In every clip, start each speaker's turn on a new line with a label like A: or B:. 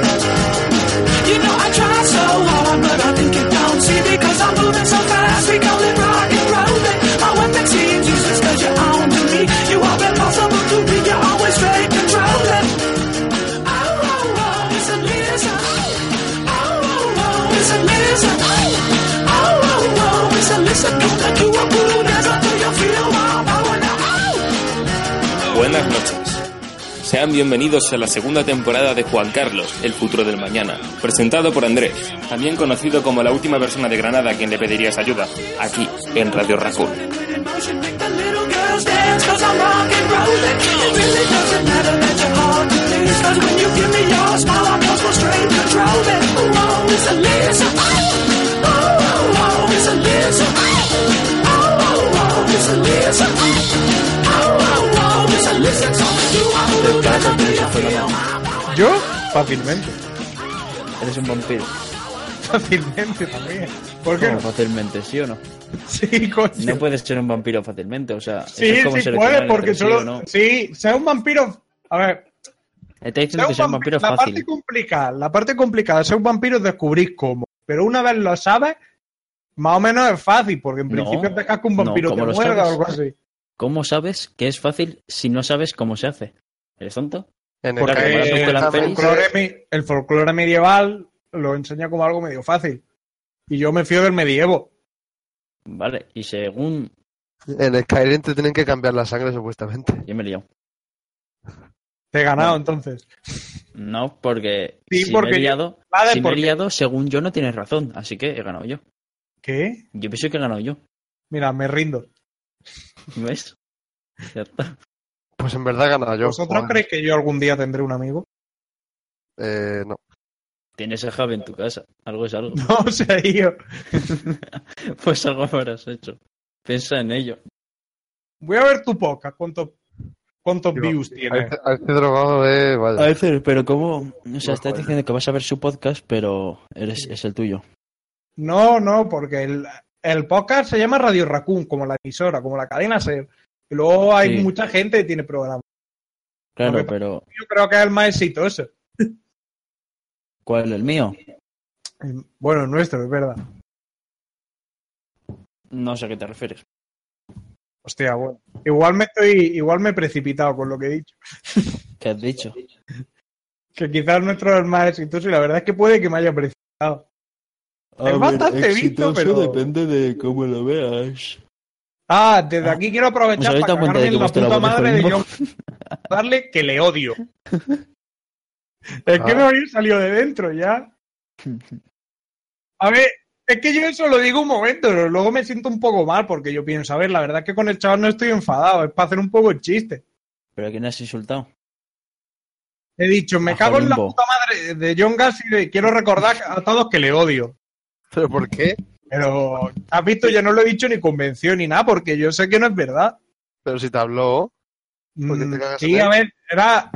A: You know I try so hard, but I think you don't see because I'm moving so fast. We call it rock and roll. I want that seems useless because you're on to me. You are impossible to be. You're always straight controlling. Oh, oh, oh, it's a listen. Oh, oh, oh, it's a listen. Oh, oh, oh, it's a listen. Don't let you a fool. That's up to your feel. Wow, wow, and oh.
B: Buenas noches. Sean bienvenidos a la segunda temporada de Juan Carlos, El futuro del mañana, presentado por Andrés, también conocido como la última persona de Granada a quien le pedirías ayuda, aquí en Radio Raccoon.
A: When in motion, make the little girls dance, cause I'm rock and rollin'. It really doesn't matter that you're hard to please, cause when you give me your smile, I'm just for straight control. And oh, oh, it's a Lisa. Oh, oh, oh, it's a Lisa. Oh, oh, oh, it's a Lisa. Oh, oh, oh, it's a Lisa. So you are the girls that you feel.
C: Yo, fácilmente.
D: Eres un vampiro.
C: Fácilmente también. ¿Por qué
D: ¿Cómo
C: no?
D: fácilmente, ¿sí o no?
C: Sí, coño.
D: No puedes ser un vampiro fácilmente, o sea, eso
C: sí,
D: es como
C: sí
D: ser
C: puede,
D: equilibrado
C: porque
D: entre sí
C: solo.
D: o no.
C: Sí, sea un vampiro. A ver,
D: Está diciendo
C: sea
D: que
C: un
D: ser
C: vampiro-
D: un vampiro
C: la
D: fácil.
C: parte complicada, la parte complicada, ser un vampiro es descubrir cómo. Pero una vez lo sabes, más o menos es fácil, porque en
D: No,
C: principio te que un
D: no,
C: vampiro
D: ¿cómo
C: te
D: lo
C: muerga o
D: sabes?
C: algo así.
D: ¿Cómo sabes que es fácil si no sabes cómo se hace? ¿Eres tonto?
E: En el
D: Porque
E: caso
C: como has
E: de
C: visto
D: las
E: Granada,
C: El
D: pelis-
E: Granada,
C: folclore, mi- el folclore medieval lo enseña como algo medio fácil. Y yo me fío del medievo.
D: Vale, y según...
E: en Skyrim te tienen que cambiar la sangre supuestamente.
D: Yo me he liado.
C: Te he ganado, entonces.
D: No, porque
C: Sí,
D: si
C: porque yo-
D: me he liado,
C: Vale,
D: si me he
C: porque-
D: liado, según yo no tienes razón, así que he ganado yo.
C: ¿Qué?
D: Yo pienso que he ganado yo,
C: Mira, me rindo.
D: ¿ves? Ya está.
E: Pues en verdad he ganado yo.
C: ¿Vosotros
E: Juan.
C: creéis que yo algún día tendré un amigo?
E: Eh, no.
D: Tienes a Javi en tu casa, algo es algo.
C: No, o sea, yo.
D: pues algo habrás hecho. Piensa en ello.
C: Voy a ver tu poca, cuántos, cuántos
E: Digo,
C: views tiene.
E: Al- al ser drogado de...
D: A
E: Vaya.
D: veces, pero como... O sea, estás
E: joder.
D: diciendo que vas a ver su podcast, pero eres, es el tuyo.
C: No, no, porque el, el podcast se llama Radio Raccoon, como la emisora, como la cadena SER. Y luego hay
D: Sí.
C: mucha gente que tiene programas. Lo que
D: Claro,
C: pasa-
D: pero
C: Yo creo que es el más exitoso.
D: ¿cuál? ¿El mío?
C: Bueno, el nuestro, es verdad.
D: No sé a qué te refieres.
C: Hostia, bueno. Igual me estoy, igual me he precipitado con lo que he dicho.
D: ¿Qué has dicho?
C: Que quizás nuestro es el más exitoso y la verdad es que puede que me haya precipitado. Es bastante visto, pero-
F: depende de cómo lo veas.
C: Ah, desde aquí quiero
D: ¿Os
C: aprovechar
D: habéis
C: para
D: dado
C: cagarme
D: cuenta de
C: en
D: que
C: la
D: vuestra
C: puta
D: voz es
C: madre
D: lo
C: de
D: mismo?
C: John darle que le odio. Es que
E: Ah.
C: me había salido de dentro ya. A ver, es que yo eso lo digo un momento, pero luego me siento un poco mal porque yo pienso, a ver, la verdad es que con el chaval no estoy enfadado, es para hacer un poco el chiste.
D: ¿Pero a quién has insultado?
C: He dicho, me
D: A
C: cago en la
D: Jolimbo.
C: puta madre de John Gas y de- quiero recordar a todos que le odio.
E: ¿Pero por qué?
C: Pero, has visto, yo no lo he dicho ni convención ni nada porque yo sé que no es verdad.
E: Pero si te habló... Porque te
C: Mm,
E: cagas en
C: Sí,
E: él.
C: a ver, era.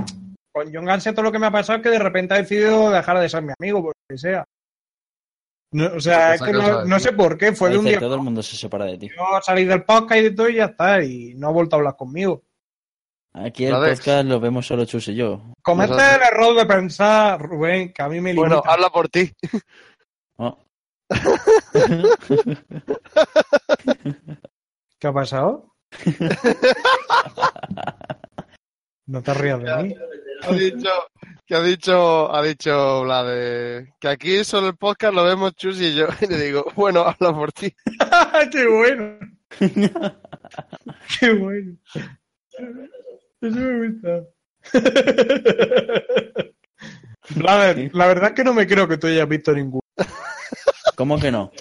C: Con John Garcia todo lo que me ha pasado es que de repente ha decidido dejar de ser mi amigo, por lo que sea. No, o sea,
E: Porque
C: es
E: se
C: que
E: ha cansado
C: no,
E: de
C: no
E: ti.
C: sé por qué, fue de un
D: Dice,
C: día.
D: Todo el mundo se separa de ti.
C: Yo salí del podcast y de todo y ya está, y no ha vuelto a hablar conmigo.
D: Aquí el
E: Lo ves.
D: podcast lo vemos solo Chus y yo.
C: Comete
E: Nosotros-
C: el error de pensar, Rubén, que a mí me limita.
E: Bueno, habla por ti.
D: Oh.
C: ¿Qué ha pasado? no te rías de mí.
E: Ha dicho... Que ha dicho, ha dicho la de que aquí solo el podcast lo vemos Chus y yo. Y le digo, bueno, habla por ti.
C: ¡Qué bueno! ¡Qué bueno! Eso me gusta. Blader, la verdad es que no me creo que tú hayas visto ninguno.
D: ¿Cómo que no?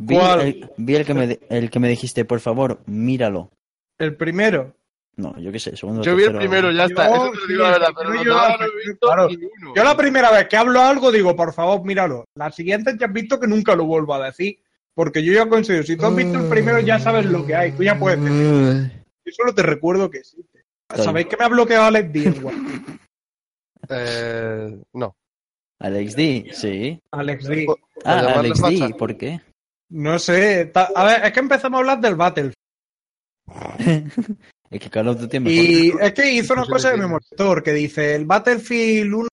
D: Vi,
C: ¿Cuál?
D: El, vi el que me, di- el que me dijiste, por favor, míralo.
C: El primero.
D: No, yo qué sé, segundo.
E: Yo vi el
D: tercero.
E: primero, ya está.
C: Yo-
E: Eso te lo digo la verdad, pero
C: yo-
E: no,
C: yo-
E: no, no he visto
C: claro.
E: ninguno.
C: Yo la primera vez que hablo algo digo, por favor, míralo. Las siguientes ya has visto que nunca lo vuelvo a decir. Porque yo ya considero, si tú has visto el primero ya sabes lo que hay, tú ya puedes decir. Yo solo te recuerdo que existe.
D: Claro.
C: ¿Sabéis que me ha bloqueado Alex Díaz? guay?
E: Eh, no.
D: Alex D, sí.
C: Alex Díaz.
D: Ah,
E: llamarle
D: Alex
E: facha.
D: D, ¿por qué?
C: No sé. ta- A ver, es que empezamos a hablar del Battle.
D: Es que Carlos tú tienes
C: Y es que hizo una cosa que me molestó, que dice, el Battlefield 1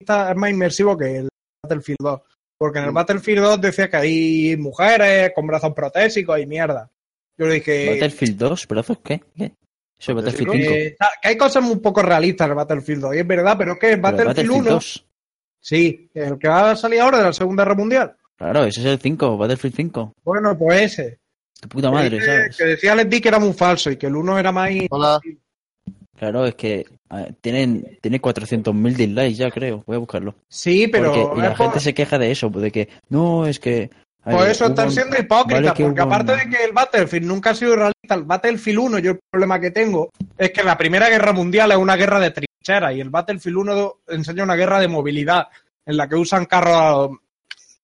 C: está- es más inmersivo que el Battlefield 2. Porque en el Battlefield 2 decía que hay mujeres con brazos protésicos y mierda. Yo le dije
D: Battlefield 2, brazos, ¿qué? ¿Qué? Soy Battlefield 5.
C: eh, ta- que hay cosas muy poco realistas en el Battlefield 2, y es verdad, pero es que el
D: Pero
C: Battlefield, 1,
D: 2.
C: sí, el que va a salir ahora de la Segunda Guerra Mundial,
D: Claro, ese es el 5, Battlefield 5.
C: bueno, pues ese.
D: Tu puta madre,
C: Que-
D: ¿sabes?
C: Que decía Alex D que era muy falso y que el 1 era más... in-
E: Hola.
D: Claro, es que eh, tienen, tiene 400.000 dislikes ya, creo. Voy a buscarlo.
C: Sí, pero...
D: Porque, y la
C: es por-
D: gente se queja de eso, de que no, es que. a
C: Pues
D: ver,
C: eso,
D: hubo
C: están
D: un-
C: siendo hipócritas,
D: vale que
C: porque
D: hubo
C: aparte
D: un-
C: de que el Battlefield nunca ha sido realista, el Battlefield 1, yo el problema que tengo es que la Primera Guerra Mundial es una guerra de trincheras y el Battlefield 1 enseña una guerra de movilidad en la que usan carros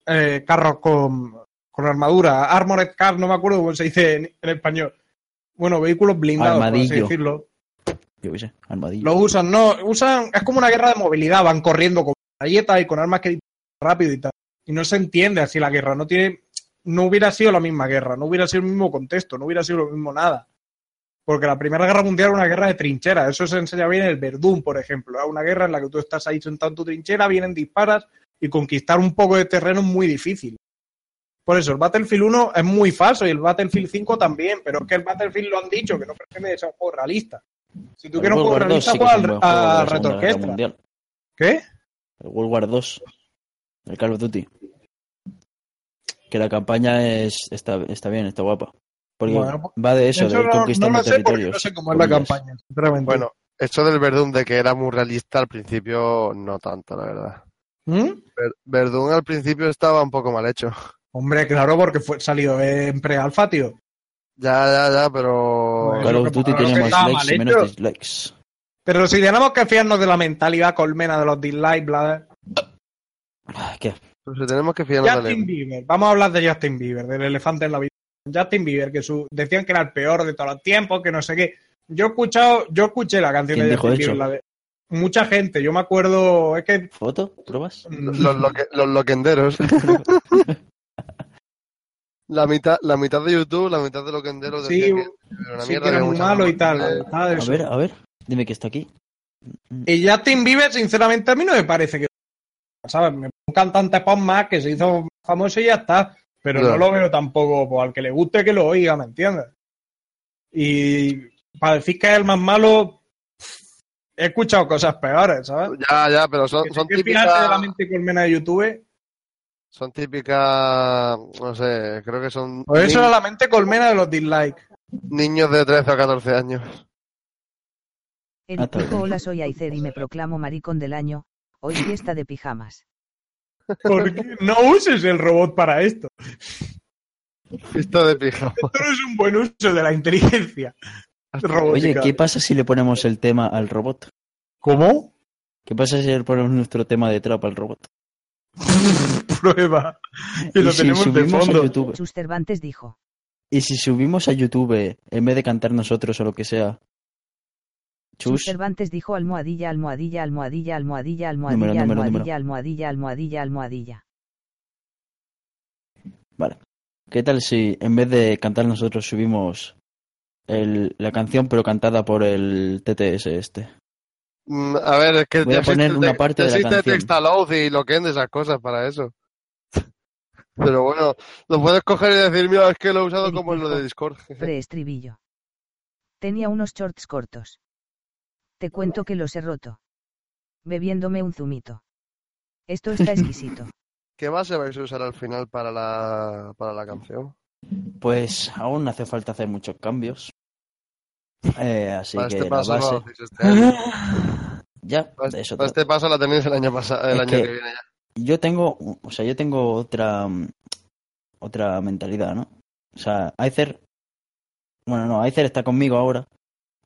C: eh, carros con, con armadura, armored car, no me acuerdo cómo se dice en, en español. Bueno, vehículos blindados, por así
D: Armadillo.
C: decirlo.
D: Yo qué sé, armadillo.
C: Los usan, no, usan, es como una guerra de movilidad, van corriendo con galletas y con armas que disparan rápido y tal. Y no se entiende así la guerra, no tiene, no hubiera sido la misma guerra, no hubiera sido el mismo contexto, no hubiera sido lo mismo nada. Porque la Primera Guerra Mundial era una guerra de trincheras, eso se enseña bien en el Verdún, por ejemplo, es una guerra en la que tú estás ahí sentado en tu trinchera, vienen, disparas y conquistar un poco de terreno es muy difícil. Por eso, el Battlefield 1 es muy falso y el Battlefield 5 también, pero es que el Battlefield lo han dicho, que no pretende ser un juego realista. Si tú
D: El
C: quieres un juego
D: World War II
C: realista,
D: sí que
C: juega
D: fue un
C: al-
D: buen juego
C: a
D: de la Segunda Guerra
C: Retorquestra.
D: Mundial.
C: ¿Qué?
D: El World War 2. El Call of Duty. Que la campaña es está, está bien, está guapa. Porque
C: Bueno,
D: va de eso,
C: Eso
D: de ir
C: no- no,
D: conquistando
C: lo sé porque
D: territorios.
C: no sé cómo es la
D: comillas.
C: campaña, sinceramente.
E: Bueno, esto del Verdún de que era muy realista al principio, no tanto, la verdad.
C: ¿Mm?
E: Ver- Verdún al principio estaba un poco mal hecho.
C: Hombre, claro, porque fue salido en pre-alfa, tío.
E: Ya, ya, ya, pero.
C: Bueno.
D: Call of
C: Eso que-
D: Duty
C: claro
D: tiene
C: que
D: más
C: está
D: likes
C: mal
D: y menos
C: hecho.
D: dislikes.
C: Pero si tenemos que fiarnos de la mentalidad colmena de los dislikes, bla,
D: Ay, Ah, qué-
E: Entonces tenemos que fiarnos de
C: Justin Bieber, vamos a hablar de Justin Bieber, del elefante en la vida. Justin Bieber, que su, decían que era el peor de todos los tiempos, que no sé qué. Yo he escuchado, yo escuché la canción
D: ¿Quién
C: de
D: dijo
C: Justin Bieber,
D: eso?
C: la de- mucha gente, yo me acuerdo, es que
D: ¿Foto? ¿Pruebas?
E: los, loque- los loquenderos. la, mitad, la mitad de YouTube, la mitad de loquenderos.
C: Sí,
E: decían que era una
C: sí
E: mierda,
C: que era
E: había
C: muy
E: mucha
C: malo y
E: gente.
C: tal.
E: Eh,
C: nada de
D: A
C: eso.
D: ver, a ver. Dime que está aquí.
C: Y Justin Bieber, sinceramente, a mí no me parece que. ¿Sabes? Me un cantante pop más que se hizo famoso y ya está. Pero no
E: Claro.
C: lo veo tampoco. Pues al que le guste que lo oiga, ¿me entiendes? Y para decir que es el más malo, he escuchado cosas peores, ¿sabes?
E: Ya, ya, pero son,
C: Que si
E: son
C: quieres pirarte de la
E: típicas.
C: mente colmena de YouTube.
E: Son típicas. No sé, creo que son.
C: Pues eso
E: ni-
C: era la mente colmena de los dislikes.
E: Niños de 13 o 14 años.
D: Ah, está
G: Edifico,
D: bien.
G: hola, soy Aizer y me proclamo maricón del año. Hoy fiesta de pijamas.
C: Porque no uses el robot para esto.
E: Esto de pijama.
C: Esto no es un buen uso de la inteligencia.
D: Oye,
C: robótica.
D: ¿qué pasa si le ponemos el tema al robot?
C: ¿Cómo?
D: ¿Qué pasa si le ponemos nuestro tema de trap al robot?
C: Prueba. Y lo
D: si
C: tenemos de
D: subimos a
C: fondo.
D: YouTube-
G: Chusterbantes dijo.
D: y si subimos a YouTube, en vez de cantar nosotros o lo que sea, Chus,
G: Chusterbantes dijo almohadilla, almohadilla, almohadilla, almohadilla,
D: Número,
G: almohadilla,
D: número,
G: almohadilla, almohadilla, almohadilla, almohadilla.
D: ¿qué tal si en vez de cantar nosotros subimos el- la canción pero cantada por el TTS este?
E: Mm, A ver, es que
D: Voy a
E: existe
D: poner
E: el
D: una
E: te-
D: parte de la
E: existe
D: canción.
E: Textaload y Loquendo y esas cosas para eso. Pero bueno, lo puedes coger y decir, mira, es que lo he usado como en lo de Discord. jeje.
G: Preestribillo. Tenía unos shorts cortos. Te cuento que los he roto. Bebiéndome un zumito. Esto está exquisito.
E: ¿Qué más se vais a usar al final para la, para la canción?
D: Pues aún hace falta hacer muchos cambios. Eh, así
E: para
D: que
E: este
D: la
E: paso no
D: base...
E: lo hacéis este año.
D: Ya,
E: Pues-
D: de eso.
E: pues
D: tra-
E: este paso la tenéis el año pasado, el
D: Es
E: año
D: que-
E: que viene ya.
D: Yo tengo, o sea, yo tengo otra, mm, otra mentalidad, ¿no? O sea, Aizer, bueno, no, Aizer está conmigo ahora,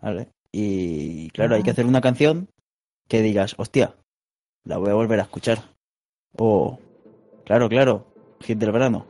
D: ¿vale? Y claro, hay que hacer una canción que digas, hostia, la voy a volver a escuchar. O, claro, claro, hit del verano.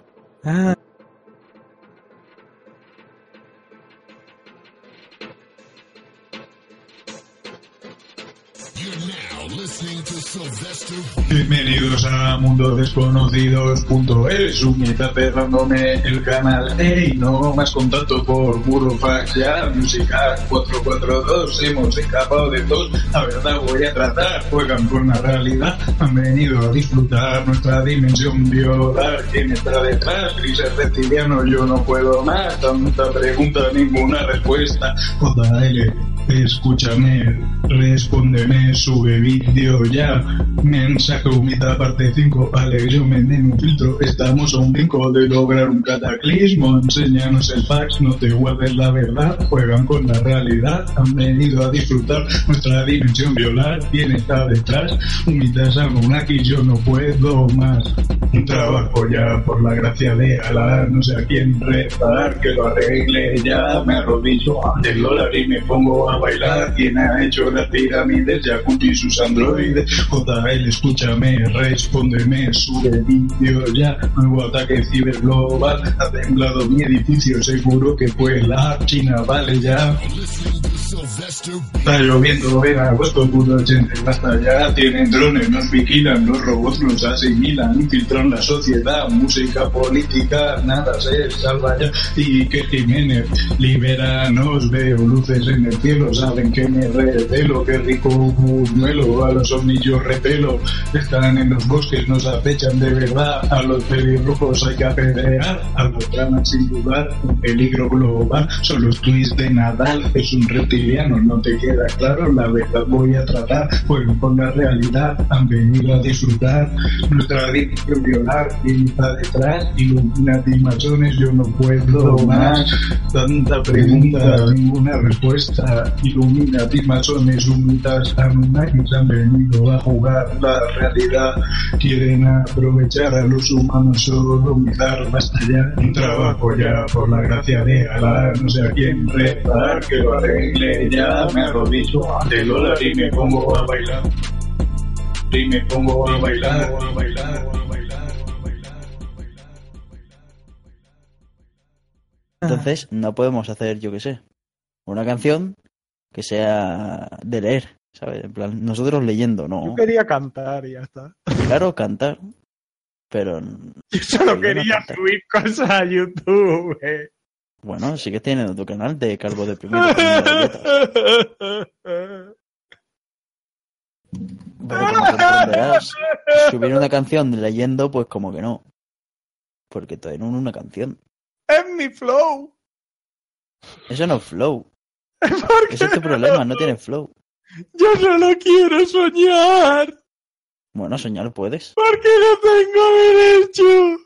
H: Bienvenidos a mundodesconocidos.es, unidad cerrándome el canal. Ey, no más contacto por Burrofax, ya, música 442, hemos escapado de todos, la verdad voy a tratar, juegan con la realidad, han venido a disfrutar nuestra dimensión violar, ¿quién está detrás? Grises reptiliano, yo no puedo más, tanta pregunta, ninguna respuesta, JL, escúchame, respóndeme, sube vídeo ya, mensaje humita parte 5, alegría en un filtro, estamos a un brinco de lograr un cataclismo, enséñanos el fax, no te guardes la verdad, juegan con la realidad, han venido a disfrutar nuestra dimensión violar, quién está detrás, humita Sarmonaki, yo no puedo más, un trabajo ya por la gracia de Alá, no sé a quién rezar, que lo arregle ya, me arrodillo ante el dólar y me pongo a bailar, quien ha hecho las pirámides, Yakuti y sus androides, JL, escúchame, respóndeme, sube vídeo ya, nuevo ataque ciberglobal, ha temblado mi edificio, seguro que fue la China, vale ya. Está lloviendo, ven a agosto, puto gente, basta ya. Tienen drones, nos vigilan, los robots nos asimilan, infiltran la sociedad, música, política, nada se salva ya. Y que Jiménez, libéranos, veo luces en el cielo, saben que me revelo, qué rico buñuelo, a los omnillos repelo, están en los bosques, nos acechan de verdad, a los pelirrojos hay que apedrear, a los llaman sin dudar, un peligro global, son los tweets de Nadal, es un reptiliano, no te queda claro, la verdad voy a tratar, pues con la realidad han venido a disfrutar, nuestra dimensión violar, y está detrás, ilumina dimensiones, yo no puedo más, tanta pregunta, ninguna respuesta, ilumina dimensiones, unitas a han venido a jugar la realidad, quieren aprovechar a los humanos, sodomizar, basta ya, un trabajo ya, por la gracia de Alá, no sé a quién rezar, que lo arregle ya, me arrodillo ante el dólar y me pongo a bailar, y me pongo a bailar, a bailar, a bailar, a bailar.
D: Entonces, no podemos hacer, yo qué sé, una canción que sea de leer, ¿sabes? En plan, nosotros leyendo,
C: Yo
D: no.
C: quería cantar y ya está.
D: Claro, cantar, pero n-
C: Yo solo
D: Sí, yo no
C: quería
D: canto.
C: subir cosas a YouTube. eh.
D: bueno, sí que tienen otro canal de Calvo de Primero. comiendo galletas. Pero como comprenderás, subir una canción leyendo, pues como que no. Porque todavía no es una canción.
C: es mi flow.
D: Eso no es flow.
C: ¿Por
D: Ese es tu
C: qué?
D: problema, no tienes flow.
C: Yo solo quiero soñar.
D: Bueno, soñar puedes.
C: Porque no tengo derecho.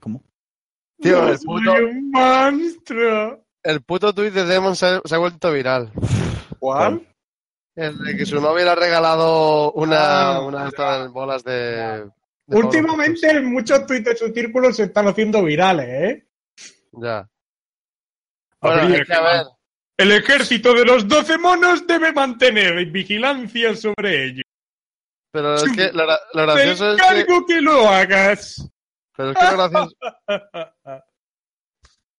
D: ¿Cómo?
E: Tío,
C: Yo
E: el
C: soy
E: puto-
C: un monstruo.
E: El puto tuit de Demon se ha, se ha vuelto viral.
C: ¿Cuál?
E: El de que su novia le ha regalado una,
C: Ah,
E: una de estas bolas de. de Power
C: Últimamente muchos tweets de su círculo se están haciendo virales, ¿eh?
E: Rangers. Ya.
C: Habría
E: Bueno, hay que
C: que
E: ver.
C: El ejército de los 12 monos debe mantener vigilancia sobre ellos.
E: Pero es que lo, gra- lo
C: Te
E: gracioso es que.
C: encargo que lo hagas.
E: Pero es que lo gracioso.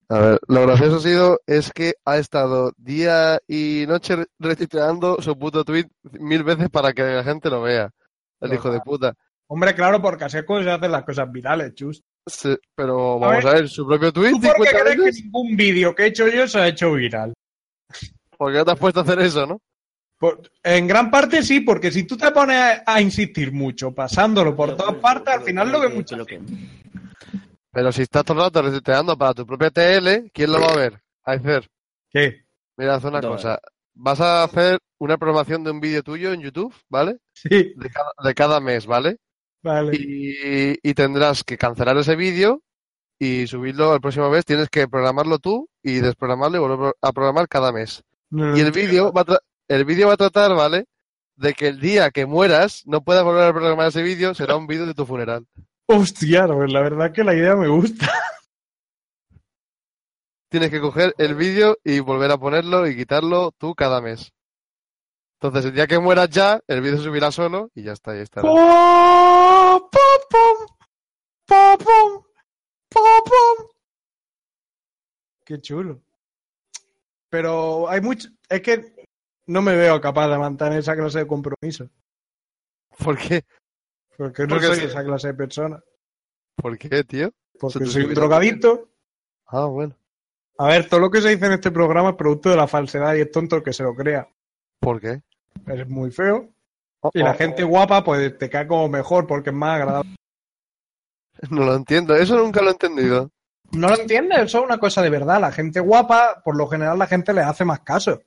E: A ver, lo gracioso ha sido es que ha estado día y noche re- retuiteando su puto tweet mil veces para que la gente lo vea. El
C: Ajá.
E: hijo de puta.
C: Hombre, claro, porque así es como se hacen las cosas virales, chus.
E: Sí, pero
C: A
E: vamos a ver, su propio tweet.
C: ¿Tú por qué
E: 50
C: crees que
E: veces?
C: ningún vídeo que he hecho yo se ha hecho viral?
E: ¿Por qué no te has puesto a hacer eso, no?
C: Por- en gran parte sí, porque si tú te pones a, a insistir mucho, pasándolo por todas partes, al final lo ve mucho.
D: Lo que-
E: Pero si estás todo el rato retuiteando para tu propia TL, ¿quién lo va a ver? Aizer,
C: ¿Qué?
E: mira, haz una
D: No,
E: cosa. Vas a hacer una programación de un vídeo tuyo en YouTube, ¿vale?
C: Sí,
E: De cada, de cada mes, ¿vale?
C: vale.
E: Y, y tendrás que cancelar ese vídeo y subirlo el próximo mes. Tienes que programarlo tú y desprogramarlo y volver a programar cada mes.
C: No, no,
E: Y el
C: no.
E: vídeo va a, tra- el vídeo va a tratar, ¿vale? de que el día que mueras no puedas volver a programar ese vídeo, será un vídeo de tu funeral.
C: Hostia, pues la verdad es que la idea me gusta.
E: Tienes que coger el vídeo y volver a ponerlo y quitarlo tú cada mes. Entonces, el día que mueras ya, el vídeo se subirá solo y ya está, ya está.
C: ¡Pum, pum, pum! ¡Pum, pum! ¡Pum, pum! Qué chulo. Pero hay mucho. Es que no me veo capaz de mantener esa clase de compromiso.
E: ¿Por qué?
C: Porque no
E: Porque
C: soy
E: sí.
C: esa clase de persona.
E: ¿Por qué, tío? Se
C: Porque
E: te
C: soy un
E: subirá.
C: drogadicto.
E: Ah, bueno.
C: A ver, todo lo que se dice en este programa es producto de la falsedad y es tonto el que se lo crea.
E: ¿Por qué?
C: Es muy feo.
E: Oh,
C: Y la
E: oh,
C: gente guapa, pues te cae como mejor porque es más agradable.
E: No lo entiendo, eso nunca lo he entendido.
C: No lo entiendes, eso es una cosa de verdad. La gente guapa, por lo general, la gente le hace más caso.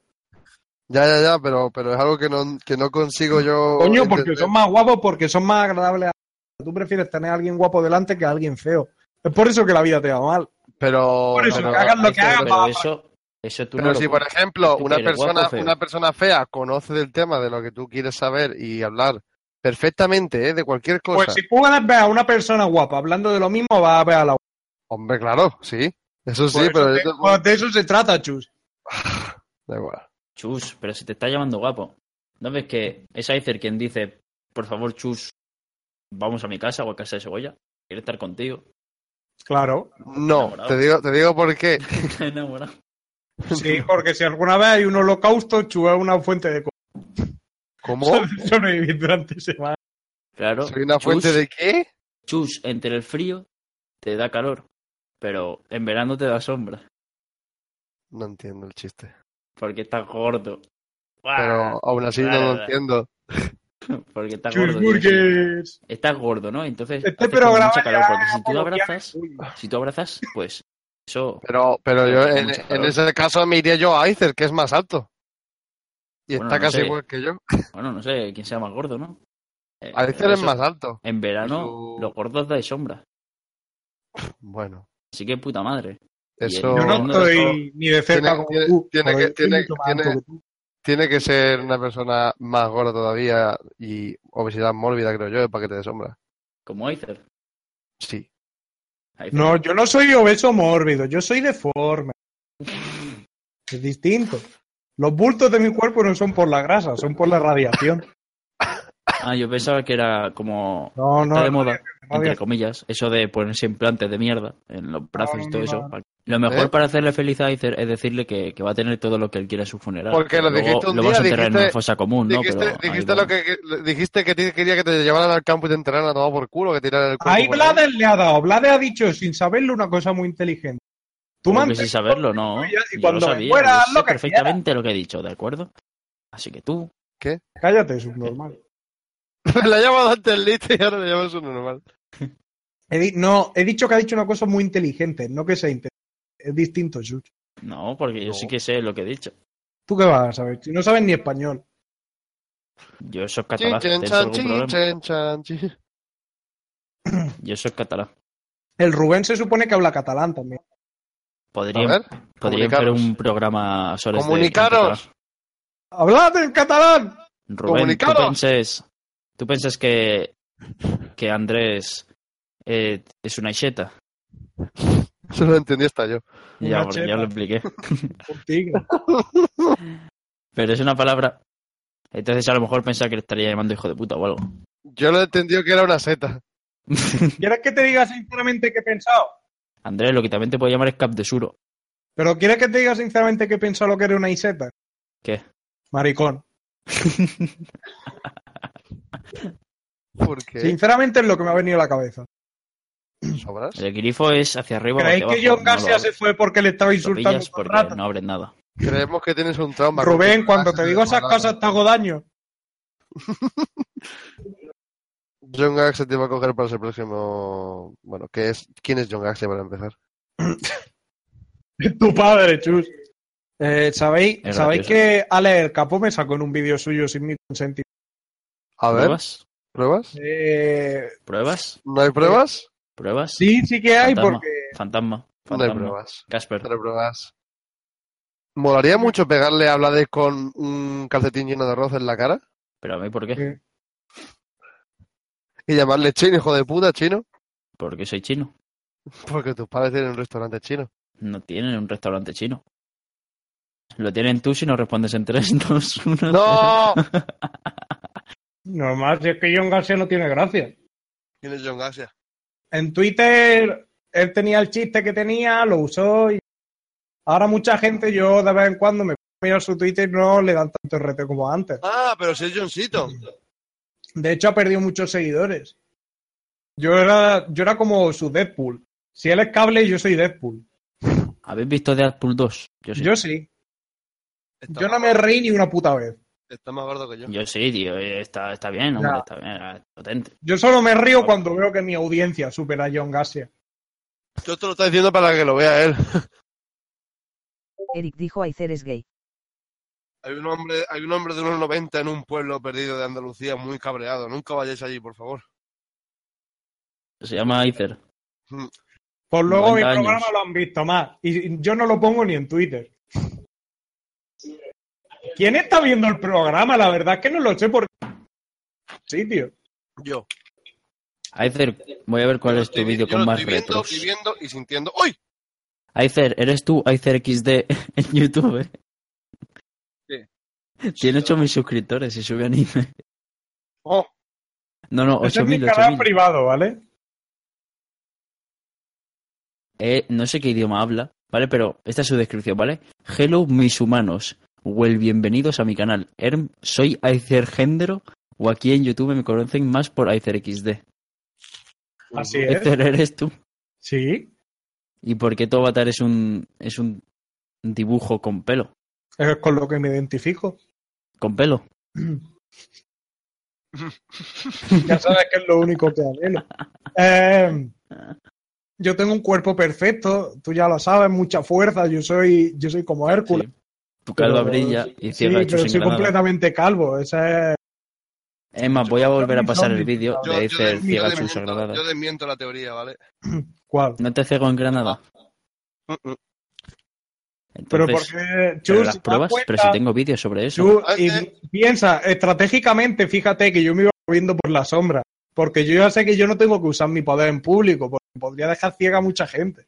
E: Ya, ya, ya, pero, pero es algo que no, que no consigo yo.
C: Coño, porque
E: entender.
C: son más guapos, porque son más agradables. a- Tú prefieres tener a alguien guapo delante que a alguien feo. Es por eso que la vida te va mal.
E: Pero.
C: Por eso,
E: pero-
C: que hagan lo que
D: Pero-
C: hagan,
D: pero
C: papá.
D: eso, eso tú
E: Pero
D: no lo
E: si, por
D: puedes-
E: ejemplo,
D: tú
E: una
D: quieres, guapo
E: persona,
D: o feo.
E: una persona fea conoce del tema de lo que tú quieres saber y hablar perfectamente, ¿eh? de cualquier cosa.
C: Pues si puedes ver a una persona guapa hablando de lo mismo, vas a ver a la
E: Hombre, claro, sí. Eso sí,
C: Pues
E: pero
C: de,
E: eso-
C: pues de eso se trata, Chus.
E: da igual.
D: Chus, pero se te está llamando guapo. ¿No ves que es Aizer quien dice, por favor, Chus, vamos a mi casa o a casa de Segoya? Quiero estar contigo.
C: Claro.
E: No,
D: Enamorado.
E: te digo, te digo por qué.
D: Estoy enamorado.
C: Sí, porque si alguna vez hay un holocausto, Chus es una fuente de co-
E: ¿Cómo?
C: sobrevivir durante semanas.
D: Claro.
E: ¿Soy una
D: Chus-
E: fuente de qué?
D: Chus, entre el frío te da calor, pero en verano te da sombra,
E: No entiendo el chiste.
D: porque estás gordo.
E: Pero aún así no
D: Ah, Vale,
E: lo
D: vale.
E: entiendo.
D: Porque estás gordo. tío.
C: Cheeseburgers.
D: Estás gordo, ¿no? Entonces
C: Este
D: hace como
C: programa
D: mucho calor,
C: ya
D: porque si tú
C: como
D: abrazas,
C: Uy,
D: si tú abrazas, pues eso...
E: Pero, pero
D: Pero
E: yo
D: hace
E: en,
D: mucho
E: en
D: calor.
E: ese caso me iría yo a Aizer, que es más alto. Y
D: Bueno,
E: está
D: no
E: casi
D: sé.
E: igual que yo.
D: Bueno, no sé quién sea más gordo, ¿no? Eh,
E: Aizer es
D: eso-
E: más alto.
D: En verano
E: Eso-
D: los gordos dais sombra.
E: Bueno,
D: Así que puta madre. Y el-
E: eso
C: Yo no
D: Hablando de
C: estoy ni de cerca
E: Tiene-
C: como
E: tiene-
C: tú.
E: tiene
C: joder,
E: que- tiene-
C: soy mucho más alto
E: tiene-
C: que tú.
E: tiene que ser una persona más gorda todavía y obesidad mórbida, creo yo, para que te dé sombra.
D: Como Aizer.
E: Sí.
D: Aizer.
C: No, yo no soy obeso mórbido, yo soy deforme. Es distinto. Los bultos de mi cuerpo no son por la grasa, son por la radiación.
D: Ah, yo pensaba que era como...
C: No, no.
D: Está de
C: no,
D: moda, entre
C: radiación.
D: comillas, eso de ponerse implantes de mierda en los brazos y todo eso.
C: No,
D: Lo mejor
E: ¿Eh?
D: para hacerle feliz a Aizer es decirle que, que va a tener todo lo que él quiera en su funeral.
E: Porque lo
D: Luego
E: dijiste un
D: lo
E: día,
D: vas a enterrar en una
E: dijiste-
D: fosa común, ¿no?
E: dijiste
D: Pero ahí
E: dijiste
D: va.
E: lo que, dijiste que te- quería que te llevaran al campo y te enteraran a tomar por culo, que tiraran el cuerpo.
C: Ahí
E: por
C: Blades le ha dado. Blades ha dicho sin saberlo una cosa muy inteligente. Tú
D: Creo que
C: mantén-
D: sin saberlo, no.
C: y ya- y
D: Yo
C: cuando
D: lo sabía,
C: fuera,
D: yo
C: haz
D: sé
C: lo que
D: perfectamente lo que he dicho, ¿de acuerdo? Así que tú,
C: Cállate, subnormal.
E: la he llamado antes listo y ahora le llamas un normal.
C: He di- no, he dicho que ha dicho una cosa muy inteligente, no que sea inteligente. Es distinto, Chus.
D: no, porque yo
E: No.
D: sí que sé lo que he dicho.
C: ¿Tú qué vas a saber? Si no sabes ni español.
D: Yo soy
E: Chin,
D: catalán,
E: chin,
D: ¿tenéis
E: chan,
D: algún
E: chin,
D: problema?
E: chin, chan, chin.
D: Yo soy catalán.
C: El Rubén se supone que habla catalán también.
E: A
D: Podrían,
E: ver,
D: podrían hacer
E: comunicaros.
D: un programa sobre este-
E: Comunicaros.
C: ¡Hablad en catalán!
D: Rubén, tú
E: Comunicaros.
D: penses, tú penses que, que Andrés eh, es una cheta.
E: Eso lo entendí hasta yo.
D: Ya,
C: Una
D: porque
C: cheta.
D: ya lo expliqué.
C: Un tigre.
D: Pero es una palabra. Entonces a lo mejor pensaba que le estaría llamando hijo de puta o algo.
E: Yo lo entendí que era una seta.
C: ¿Quieres que te diga sinceramente qué he pensado?
D: Andrés, lo que también te puede llamar es Cap de Suro.
C: ¿Pero quieres que te diga sinceramente qué he pensado lo que era una Iseta?
D: ¿Qué?
C: Maricón.
E: ¿Por qué?
C: Sinceramente es lo que me ha venido a la cabeza.
E: ¿Sobras?
D: El grifo es hacia arriba o hacia
C: ¿Creéis
D: abajo.
C: que John
D: no
C: Garcia
D: lo-
C: se fue porque le estaba
D: lo
C: insultando
D: pillas
C: por
D: porque
C: rato?
D: no abres nada.
E: Creemos que tienes un trauma.
C: Rubén,
E: Con-
C: cuando te digo esas cosas te hago daño.
E: John Gax te va a coger para el próximo. Bueno, ¿qué es? ¿quién es John Gax para empezar?
C: Tu padre, chus. Eh, ¿Sabéis,
D: Es
C: ¿sabéis que Ale el Capó me sacó en un vídeo suyo sin mi consentimiento?
E: A ver,
D: ¿Pruebas?
E: ¿pruebas?
C: Eh,
D: ¿Pruebas?
E: ¿No hay pruebas?
D: ¿Pruebas?
C: sí, sí que hay
D: Fantasma.
C: porque...
D: Fantasma.
E: No hay
D: Fantasma.
E: pruebas.
D: Casper.
E: No hay pruebas. ¿Molaría mucho pegarle a Blades con un calcetín lleno de arroz en la cara?
D: Pero a mí, ¿por qué?
C: Sí.
E: Y llamarle chino, hijo de puta, chino.
D: Porque soy chino.
E: Porque tus padres tienen un restaurante chino.
D: No tienen un restaurante chino. Lo tienen tú si no respondes en 3, 2, 1.
E: ¡No!
C: Normal, si es que John García no tiene gracia.
E: ¿Quién es John Garcia?
C: En Twitter él tenía el chiste que tenía, lo usó y ahora mucha gente, yo de vez en cuando me miro su Twitter y no le dan tanto rete como antes.
E: Ah, pero si es Johncito.
C: De hecho, ha perdido muchos seguidores. Yo era, yo era como su Deadpool. Si él es cable, yo soy Deadpool.
D: ¿Habéis visto Deadpool 2? Yo sí.
C: Yo sí.
E: Está
C: Yo no
E: más-
C: me reí ni una puta vez.
E: Está más gordo que yo.
D: Yo sí, tío. eh, Está, está bien, hombre.
C: Ya.
D: Está bien. eh, Potente.
C: Yo solo me río cuando veo que mi audiencia supera a John Garcia.
E: Yo te lo estoy diciendo para que lo vea él.
G: Eric dijo Aizer es gay.
E: Hay un hombre, hay un hombre de unos 90 en un pueblo perdido de Andalucía muy cabreado. Nunca vayáis allí, por favor.
D: Se llama Aizer.
C: Por Pues luego mi
D: 90 años.
C: programa lo han visto más. Y yo no lo pongo ni en Twitter. ¿Quién está viendo el programa? La verdad es que no lo sé por qué. Sí, tío.
E: Yo.
D: Aizer, voy a ver cuál
E: Yo
D: es tu
E: estoy-
D: vídeo
E: yo
D: con
E: lo
D: más
E: estoy viendo,
D: retros.
E: y viendo y sintiendo. ¡Uy!
D: Aizer, ¿eres tú Aizer XD en YouTube? ¿eh? Tiene 8.000 suscriptores y sube anime.
E: Oh,
D: No, no,
C: Ese es mi
D: 8.000,
C: canal
D: 8.000.
C: privado, ¿vale?
D: Eh, no sé qué idioma habla, ¿vale? Pero esta es su descripción, ¿vale? Hello, mis humanos. Well, bienvenidos a mi canal. Erm, soy Aizer Gendero, o aquí en YouTube me conocen más por Aizer XD.
C: Así es.
D: Aizer, ¿eres tú?
C: Sí.
D: ¿Y por qué tu avatar es un, es un dibujo con pelo?
C: Es con lo que me identifico.
D: ¿Con pelo?
C: Ya sabes que es lo único que anhelo. Eh, yo tengo un cuerpo perfecto, tú ya lo sabes, mucha fuerza, yo soy, yo soy como Hércules.
D: Sí. Tu calva
C: Pero-
D: brilla y
C: Sí,
D: cierra
C: pero soy completamente calvo. Esa es...
D: Es más, voy a volver a pasar el vídeo de
E: yo, yo
D: Aizer
E: desmiento- yo
D: ciega
E: desmiento-
D: chus agradada.
E: yo desmiento la teoría, ¿vale?
C: ¿Cuál?
D: No te ciego en Granada.
E: Mm, mm.
C: Pero
D: Entonces,
C: porque...
D: pero
C: Chus,
D: las
C: ¿te das
D: pruebas,
C: cuenta?
D: pero si tengo vídeos sobre eso.
C: Chus,
E: Ah,
C: y
E: eh.
C: piensa, estratégicamente, fíjate que yo me iba moviendo por la sombra. Porque yo ya sé que yo no tengo que usar mi poder en público, porque podría dejar ciega a mucha gente.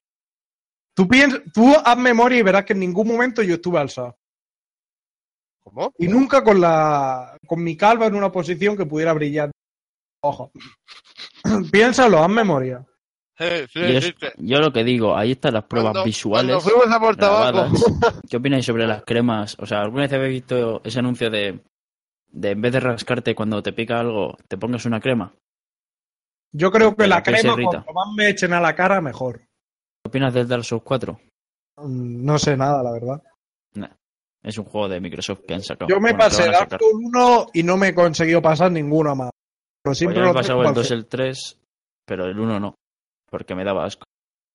C: Tú, piens- tú haz memoria y verás que en ningún momento yo estuve alzado.
E: ¿Cómo?
C: Y nunca con la con mi calva en una posición que pudiera brillar. Ojo. Piénsalo, haz memoria.
E: Sí, sí,
D: Yo,
E: existe.
D: yo lo que digo, ahí están las pruebas
E: Cuando-
D: visuales.
E: Cuando fuimos a por tabaco.
D: grabadas. ¿Qué opináis sobre las cremas? O sea, ¿alguna vez habéis visto ese anuncio de, de en vez de rascarte cuando te pica algo, te pongas una crema?
C: Yo creo que
D: Pero
C: la
D: que se
C: crema,
D: irrita.
C: cuanto más me echen a la cara, mejor.
D: ¿Qué opinas del Dark Souls 4?
C: Mm, No sé nada, la verdad.
D: Es un juego de Microsoft que han sacado.
C: Yo me
D: Bueno, que
C: pasé
D: van a
C: Dark
D: sacar. Pues
C: Souls 1 y no me he conseguido pasar ninguno más. Pero
D: Pues
C: siempre
D: yo me he
C: lo
D: pasado
C: tengo
D: el 2,
C: al-
D: el 3, pero el 1 no, porque me daba asco.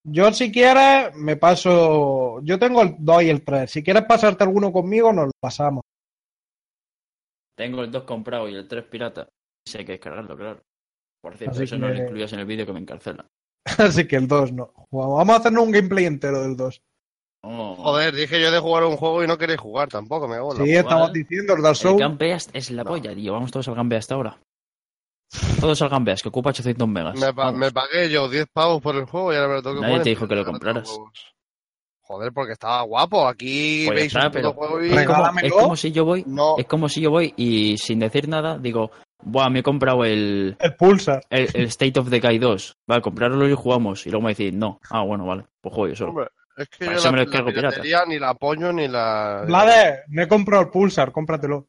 C: Yo si quieres me paso... Yo tengo el 2 y el 3. Si quieres pasarte alguno conmigo, nos lo pasamos.
D: Tengo el 2 comprado y el 3 pirata. Sé que descargarlo, claro. Por cierto,
C: Así
D: eso no
C: que-
D: lo incluyas en el vídeo que me encarcela.
C: Así que el 2 no. Jugamos. Vamos a hacernos un gameplay entero del 2.
D: Oh.
E: Joder, dije yo de jugar un juego y no queréis jugar tampoco, me hago
D: Pues
E: la
C: Sí, estamos diciendo el Dark
D: El
C: Souls.
D: Gambeast es la polla, tío. Vamos todos al Gambeast ahora. Todos al Gambeast, que ocupa 800 megas.
E: Me, pa-
D: Vamos.
E: me pagué yo 10 pavos por el juego y ahora me lo tengo que
D: Nadie
E: poner.
D: te dijo que lo
E: Ahora tengo
D: compraras.
E: huevos. Joder, porque estaba guapo. Aquí
D: Pues ya
E: veis
D: está,
E: un puto
D: pero- Es
E: juego y...
C: Venga.
D: como,
C: Regálamelo.
D: es como si yo voy,
E: No,
D: es como si yo voy y sin decir nada digo, buah, me he comprado el,
C: El Pulsar.
D: el, el State of the Kai 2. Vale, comprarlo y jugamos. Y luego me decís, no. Ah, bueno, vale. Pues juego yo solo.
E: hombre, es que
D: Para
E: yo
D: eso
E: la,
D: me lo
E: la
D: descargo pirata.
E: piratería ni la apoyo ni la...
C: Vlade, me he comprado el Pulsar, cómpratelo.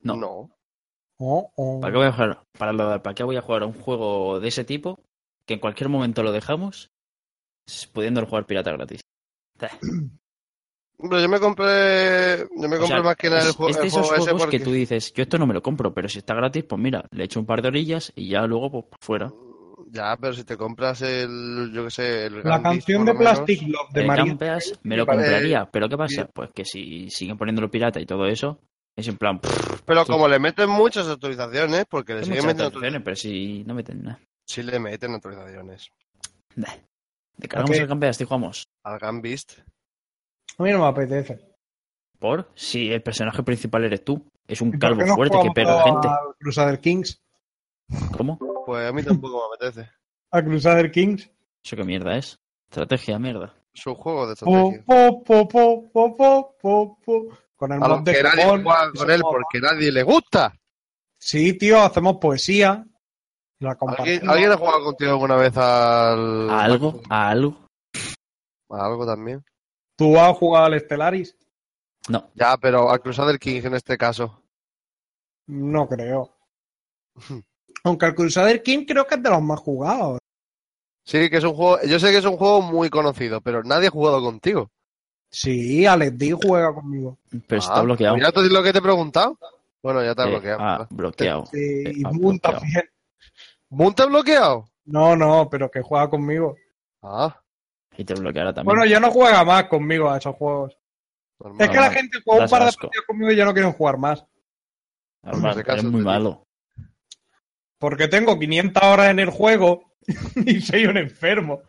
D: No.
E: No.
C: Oh, oh.
D: ¿Para qué voy a jugar? Para, la- ¿Para qué voy a jugar a un juego de ese tipo que en cualquier momento lo dejamos pudiendo jugar pirata gratis?
E: Hombre, yo me compré... Yo me
D: O
E: compré
D: sea,
E: más que nada el,
D: es-
E: juego-
D: es
E: el
D: de esos
E: juego ese
D: juegos
E: porque...
D: que tú dices, yo esto no me lo compro, pero si está gratis, pues mira, le echo un par de orillas y ya luego, pues fuera.
E: Ya, pero si te compras el... Yo qué sé, el...
C: La
E: Gandhi,
C: canción
E: por
C: de
E: lo menos,
C: Plastic Love de
D: El
C: María.
D: Campeas me lo
E: Vale.
D: compraría, pero ¿qué pasa? Pues que si siguen poniéndolo pirata y todo eso, es en plan, pff,
E: Pero
D: tú-
E: como le meten muchas actualizaciones, porque le
D: hay
E: siguen
D: muchas
E: metiendo...
D: actualizaciones, pero si no meten nada.
E: Sí le meten actualizaciones.
D: Nah. Descargamos
C: Ok.
D: el Campeas y jugamos.
E: Al Gambist.
C: A mí no me apetece.
D: ¿Por? Si el personaje principal eres tú. Es un
C: ¿Y por
D: calvo
C: qué no
D: fuerte que
C: jugamos
D: pega gente.
C: A Crusader Kings.
D: ¿Cómo?
E: Pues a mí tampoco me apetece.
C: A Crusader Kings.
D: ¿Eso qué mierda es? Estrategia, mierda.
E: Es un juego de
C: Po,
E: estrategia.
C: po, po, po, po, po, po, po. Con el
E: A
C: mod
E: los
C: de
E: que nadie
C: Japón.
E: juega con él porque nadie le gusta.
C: Sí, tío, hacemos poesía. y La
E: ¿Alguien,
C: compartimos.
E: ¿Alguien ha jugado contigo alguna vez al.
D: ¿A algo? ¿A algo?
E: A algo también.
C: ¿Tú has jugado al Stellaris?
D: No.
E: Ya, pero al Crusader King en este caso.
C: No creo. Aunque el Crusader King creo que es de los más jugados.
E: Sí, que es un juego. Yo sé que es un juego muy conocido, pero nadie ha jugado contigo.
C: Sí, Alex D juega conmigo.
D: Pero está
E: Ah,
D: bloqueado.
E: Mira todo lo que te he preguntado. Bueno, ya te ha
D: Eh,
E: bloqueado.
D: ah, bloqueado.
C: Sí, y
D: ah,
C: Moon
D: bloqueado.
C: también.
E: ¿Moon te ha bloqueado?
C: No, no, pero que juega conmigo.
E: Ah,
D: Y te bloqueará también.
C: Bueno, ya no juega más conmigo a esos juegos.
E: normal.
C: Es que la gente juega un
D: das
C: par de
D: asco.
C: partidos conmigo y ya no quieren jugar más.
D: Normal,
E: Pues en ese caso,
D: eres muy
E: te digo.
D: malo.
C: Porque tengo 500 horas en el juego y soy un enfermo.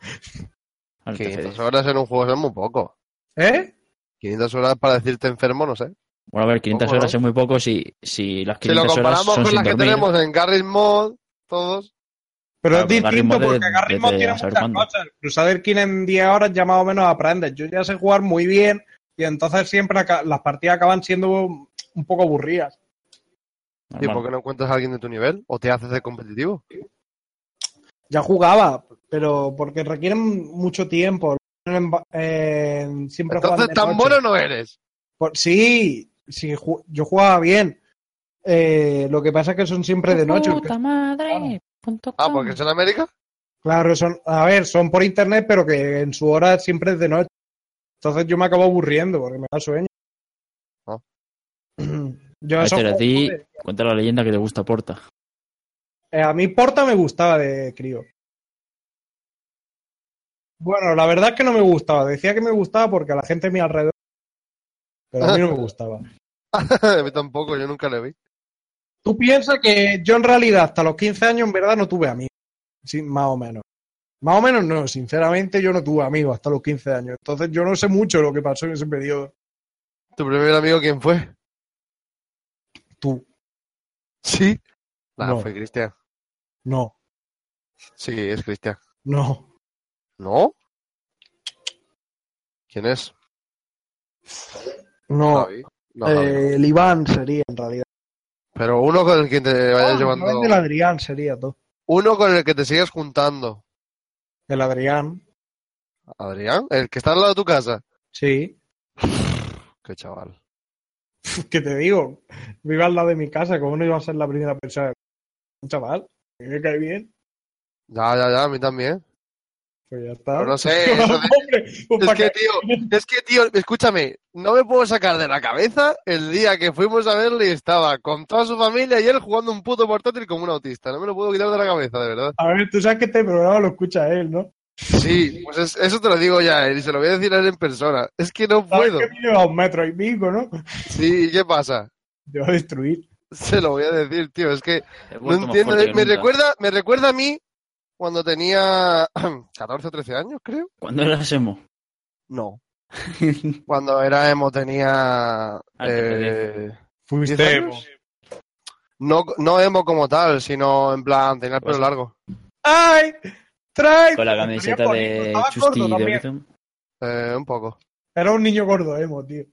D: Ahora te
E: 500
D: jodes.
E: horas en un juego es muy poco.
C: ¿Eh?
E: 500 horas para decirte enfermo, no sé.
D: Bueno, a ver, 500
E: Poco,
D: horas
E: ¿no?
D: es muy poco si, si las
E: Si lo
D: 500 horas son
E: comparamos con
D: sin
E: las que
D: dormir.
E: tenemos en Garry's Mod, todos.
C: Pero
D: Claro,
C: es
D: pero Garry's
C: distinto
D: Mod es
C: porque
D: de-
C: Garry's Mod
D: desde
C: tiene
D: a saber
C: muchas
D: cuándo.
C: cosas. Crusader King en 10 horas ya más o menos aprendes. Yo ya sé jugar muy bien y entonces siempre aca- las partidas acaban siendo un poco aburridas.
E: ¿Y
D: Normal.
E: por qué no encuentras a alguien de tu nivel? ¿O te haces de competitivo?
C: Ya jugaba, pero porque requieren mucho tiempo. En- en- siempre juegan
E: Entonces
C: de
E: tan
C: noche.
E: bueno no eres.
C: Por- sí, sí, ju- yo jugaba bien. Eh, lo que pasa es que son siempre de noche. porque-
E: Ah, porque es en América.
C: Claro, son, a ver, son por internet, pero que en su hora siempre es de noche. Entonces yo me acabo aburriendo porque me da sueño.
E: Ah.
C: Yo
D: A
C: esos
D: ver, a ti,
C: juegos,
D: cuenta la leyenda que te gusta Porta.
C: eh, a mí Porta me gustaba de crío. Bueno, la verdad es que no me gustaba. Decía que me gustaba porque a la gente a mi alrededor. Pero a mí no me gustaba.
E: a mí tampoco, yo nunca le vi.
C: Tú piensas que yo en realidad hasta los 15 años en verdad no tuve amigos. Sí, más o menos. Más o menos no, sinceramente yo no tuve amigos hasta los 15 años. Entonces yo no sé mucho lo que pasó en ese periodo.
E: ¿Tu primer amigo quién fue?
C: Tú,
E: Sí. Nah,
C: No.
E: fue Cristian.
C: no,
E: Sí, es Cristian.
C: no.
E: ¿No? ¿Quién es?
C: No,
E: Javi. No, Javi.
C: Eh, el Iván sería en realidad.
E: Pero uno con el que te vayas
C: Ah, no,
E: llevando.
C: es el Adrián sería todo.
E: Uno con el que te sigas juntando.
C: El Adrián,
E: Adrián, el que está al lado de tu casa.
C: sí.
E: Qué chaval.
C: ¿Qué te digo? Vive al lado de mi casa, como no iba a ser la primera persona? Un chaval, que me cae bien.
E: Ya, ya, ya, a mí también.
C: Pues ya está.
E: Pero no sé, eso de-
C: Hombre, pues
E: Es
C: pa'
E: que,
C: que-
E: tío, es que, tío, escúchame, no me puedo sacar de la cabeza el día que fuimos a verle y estaba con toda su familia y él jugando un puto portátil como un autista. No me lo puedo quitar de la cabeza, de verdad.
C: A ver, tú sabes que este programa lo escucha él, ¿no?
E: Sí, pues es- eso te lo digo ya, a él, y se lo voy a decir a él en persona. Es que no
C: Sabes
E: puedo.
C: que mide a un metro y pico, ¿no?
E: Sí, ¿y ¿qué pasa?
C: Te va a destruir.
E: Se lo voy a decir, tío, es que
D: Te has
E: no
D: vuelto más
E: entiendo. eh,
D: fuerte que
E: Me
D: nunca.
E: recuerda, me recuerda a mí cuando tenía 14 o 13 años, creo.
D: ¿Cuándo eras emo?
E: No. Cuando era emo tenía...
D: Ah, te
E: eh,
C: Fuiste.
E: años? No, no emo como tal, sino en plan, tenía el pelo
D: Pues-
E: largo.
C: ¡Ay! ¡Trae!
D: Con la camiseta de Chusti de Horizon.
E: Eh, un poco.
C: Era un niño gordo, Emo, tío.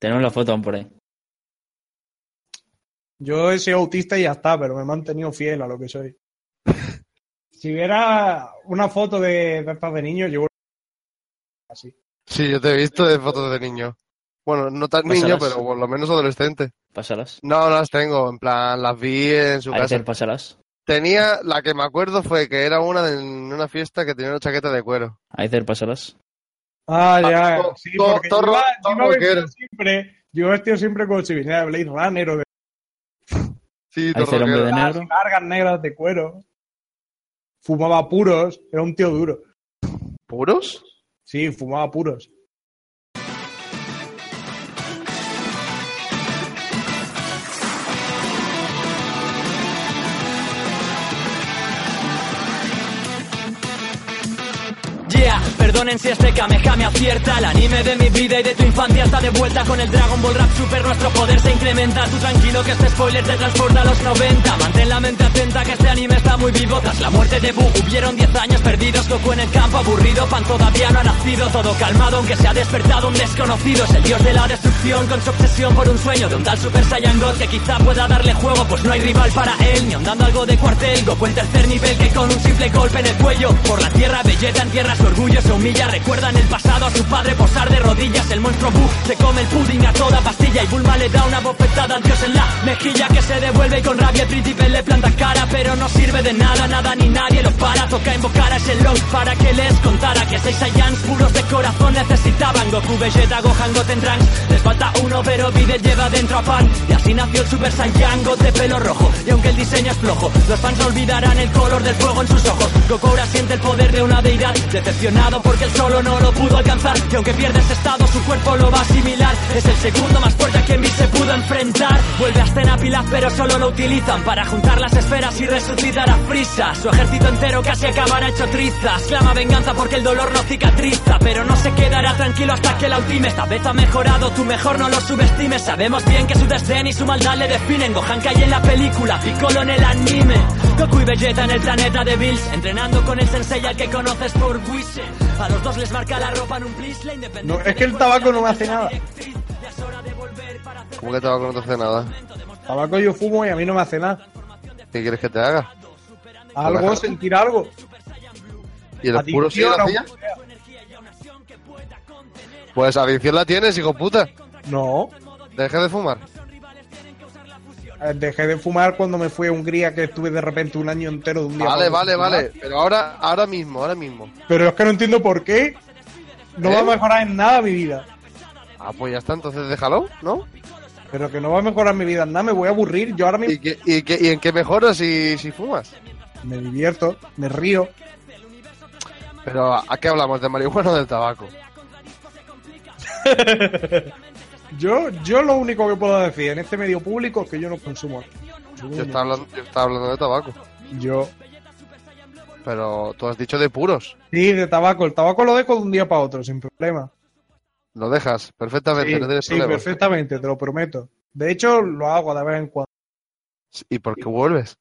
D: Tenemos la foto aún por ahí.
C: Yo he sido autista y ya está, pero me he mantenido fiel a lo que soy. si viera una foto de, de estas de niño, yo. Así.
E: Sí, yo te he visto de fotos de niño. Bueno, no tan
D: Pásalas.
E: niño, pero por lo menos adolescente.
D: Pásalas.
E: No las tengo, en plan, las vi en su casa.
D: Ayer pásalas.
E: Tenía, la que me acuerdo fue que era una de, en una fiesta que tenía una chaqueta de cuero.
D: Ayer pásalas.
C: Ah,
E: Ah,
C: ya.
E: to-
C: Sí,
E: to-
C: porque
E: to-
C: yo, iba- yo
E: to-
C: iba vestido
E: rockero.
C: siempre. Yo vestido siempre como si viniera de Blade Runner o de
E: Sí, todo
D: Ayer hombre
E: rockero.
D: de negro.
C: largas negras de cuero. Fumaba puros, era un tío duro.
E: ¿Puros?
C: Sí, fumaba puros.
A: Yeah, perdón.
D: perdonen si este Kamehameha acierta El anime de mi vida y de tu infancia está de vuelta Con el Dragon Ball Rap Super nuestro poder se incrementa Tú tranquilo que este spoiler te transporta a los 90 Mantén la mente atenta que este anime está muy vivo Tras la muerte de Buu hubieron 10 años perdidos Goku en el campo aburrido, Pan todavía no ha nacido Todo calmado aunque se ha despertado un desconocido Es el dios de la destrucción con su obsesión por un sueño De un tal Super Saiyan God que quizá pueda darle juego Pues no hay rival para él, ni andando algo de cuartel Goku en tercer nivel que con un simple golpe en el cuello Por la tierra belleza en tierra su orgullo se humilla Recuerda en el pasado a su padre posar de rodillas El monstruo Buu se come el pudding a toda pastilla Y Bulma le da una bofetada al dios en la mejilla Que se devuelve y con rabia el príncipe le planta cara Pero no sirve de nada, nada ni nadie lo para Toca invocar a ese Long para que les contara Que seis Saiyans puros de corazón necesitaban Goku, Vegeta, Gohan, Goten, Trunks Les falta uno pero Videl lleva dentro a Pan Y así nació el Super Saiyan God de pelo rojo Y aunque el diseño es flojo Los fans no olvidarán el color del fuego en sus ojos Goku ahora siente el poder de una deidad Decepcionado porque él solo no lo pudo alcanzar Y aunque pierde ese estado su cuerpo lo va a asimilar Es el segundo más fuerte a quien vi se pudo enfrentar Vuelve a escena Pilaf pero solo lo utilizan Para juntar las esferas y resucitar a Frieza Su ejército entero casi acabará hecho trizas Clama venganza porque el dolor no cicatriza Pero no se quedará tranquilo hasta que la ultime Esta vez ha mejorado, tú mejor no lo subestimes Sabemos bien que su desdén y su maldad le definen Gohan cae en la película, Piccolo en el anime Goku y Vegeta en el planeta de Bills Entrenando con el sensei al que conoces por Wise A los dos les marca la ropa en un plis La independencia
C: No, es que el tabaco no me hace nada.
D: Ya es hora de volver para hacer
E: ¿Cómo que tabaco no te hace nada?
C: Tabaco yo fumo y a mí no me hace nada.
E: ¿Qué quieres que te haga?
C: Algo, sentir algo.
E: ¿Y el puro sí lo
C: Adicción a un-
E: hacía? Pues adicción la tienes, hijo puta.
C: No.
E: Deja de fumar.
C: Eh, Dejé de fumar cuando me fui a Hungría, que estuve de repente un año entero de un día. para
E: Vale,
C: otro
E: vale,
C: sin
E: vale.
C: fumar.
E: Pero ahora, ahora mismo, ahora mismo.
C: Pero es que no entiendo por qué. No
E: ¿Eh?
C: va a mejorar en nada mi vida.
E: Ah, pues ya está, entonces déjalo, ¿no?
C: Pero que no va a mejorar mi vida en nada, me voy a aburrir. Yo ahora
E: ¿Y,
C: mismo
E: qué- y, qué- y en qué mejoras si, si fumas?
C: me divierto, me río.
E: Pero ¿a a qué hablamos? ¿De marihuana o del tabaco?
C: Yo, yo lo único que puedo decir en este medio público es que yo no consumo.
E: Yo estaba hablando, yo estaba hablando de tabaco.
C: Yo.
E: Pero tú has dicho de puros.
C: Sí, de tabaco. El tabaco lo dejo de un día para otro, sin problema.
E: Lo dejas perfectamente,
C: Sí,
E: no tienes
C: sí,
E: problemas.
C: perfectamente, te lo prometo. De hecho, lo hago de vez en cuando.
E: ¿Y por qué vuelves?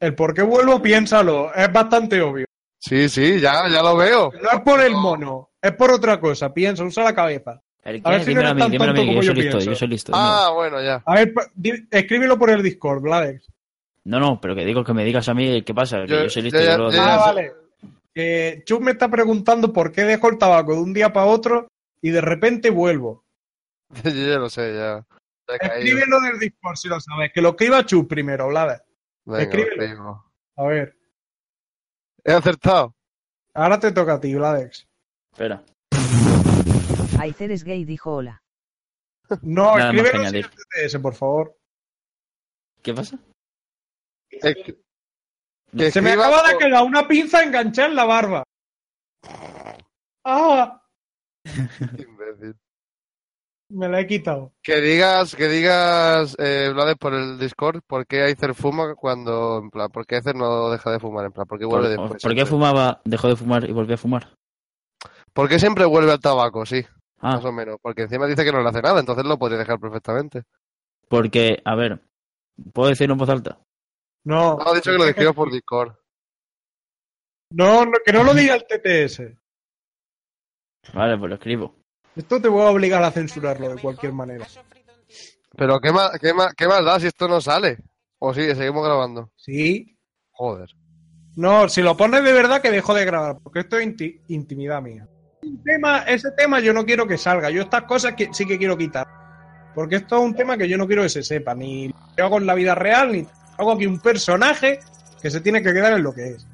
C: El por qué vuelvo, piénsalo. Es bastante obvio.
E: Sí, sí, ya, ya lo veo.
C: No es por el mono, es por otra cosa. Piensa, usa la cabeza.
I: ¿El
C: A ver
I: qué?
C: si
I: Dímelo
C: no eres
I: a mí,
C: tan
I: dímelo a mí,
C: tonto
I: que
C: como
I: yo soy
C: yo
I: listo,
C: pienso.
I: yo soy listo.
E: Ah, bueno, ya.
C: A ver, pa- di- escríbelo por el Discord, Vladex.
I: No, no, pero que digo que me digas a mí qué pasa, que
E: Yo-
I: yo, soy listo.
E: yo ya-
I: yo lo-
E: yo
C: Ah,
E: ya-
C: vale. Eh, Chus me está preguntando por qué dejo el tabaco de un día para otro y de repente vuelvo.
E: Yo ya lo sé, ya. Ya he caído.
C: Escríbelo en el Discord si lo sabes. Que lo escriba Chus primero, Vladex.
E: Venga,
C: escríbelo.
E: lo escribo.
C: A ver,
E: He acertado.
C: ahora te toca a ti, Vladex.
I: Espera.
J: Aizer es gay, dijo hola.
I: Nada
C: No,
I: más que
C: escríbelo sin
I: añadir.
C: el TTS, por favor.
I: ¿Qué pasa?
E: Esc- que
C: Se me
E: escriba
C: acaba de
E: por-
C: quedar una pinza enganchada en la barba. Ah,
E: Imbécil.
C: me la he quitado.
E: Que digas, que digas, eh, Vlades, por el Discord, por qué Aizer fuma cuando, en plan, por qué Aizer no deja de fumar, en plan, por qué vuelve
I: ¿Por,
E: después.
I: por qué
E: siempre?
I: fumaba, dejó de fumar y volvió a fumar?
E: ¿Por qué siempre vuelve al tabaco? Sí,
I: Ah,
E: más o menos. Porque encima dice que no le hace nada, entonces lo podría dejar perfectamente.
I: porque, a ver, ¿puedo decirlo en voz alta?
C: No,
E: No, ha dicho que lo escribas por Discord.
C: no, no, que no lo diga el TTS.
I: Vale, pues lo escribo.
C: Esto te voy a obligar a censurarlo de cualquier manera.
E: Pero ¿qué más, qué, más, ¿qué más da si esto no sale? O sí, seguimos grabando.
C: Sí.
E: Joder.
C: No, si lo pones de verdad que dejo de grabar, porque esto es inti- intimidad mía. Un tema- ese tema yo no quiero que salga. Yo estas cosas que, sí que quiero quitar. Porque esto es un tema que yo no quiero que se sepa. Ni lo hago en la vida real, ni hago aquí un personaje que se tiene que quedar en lo que es.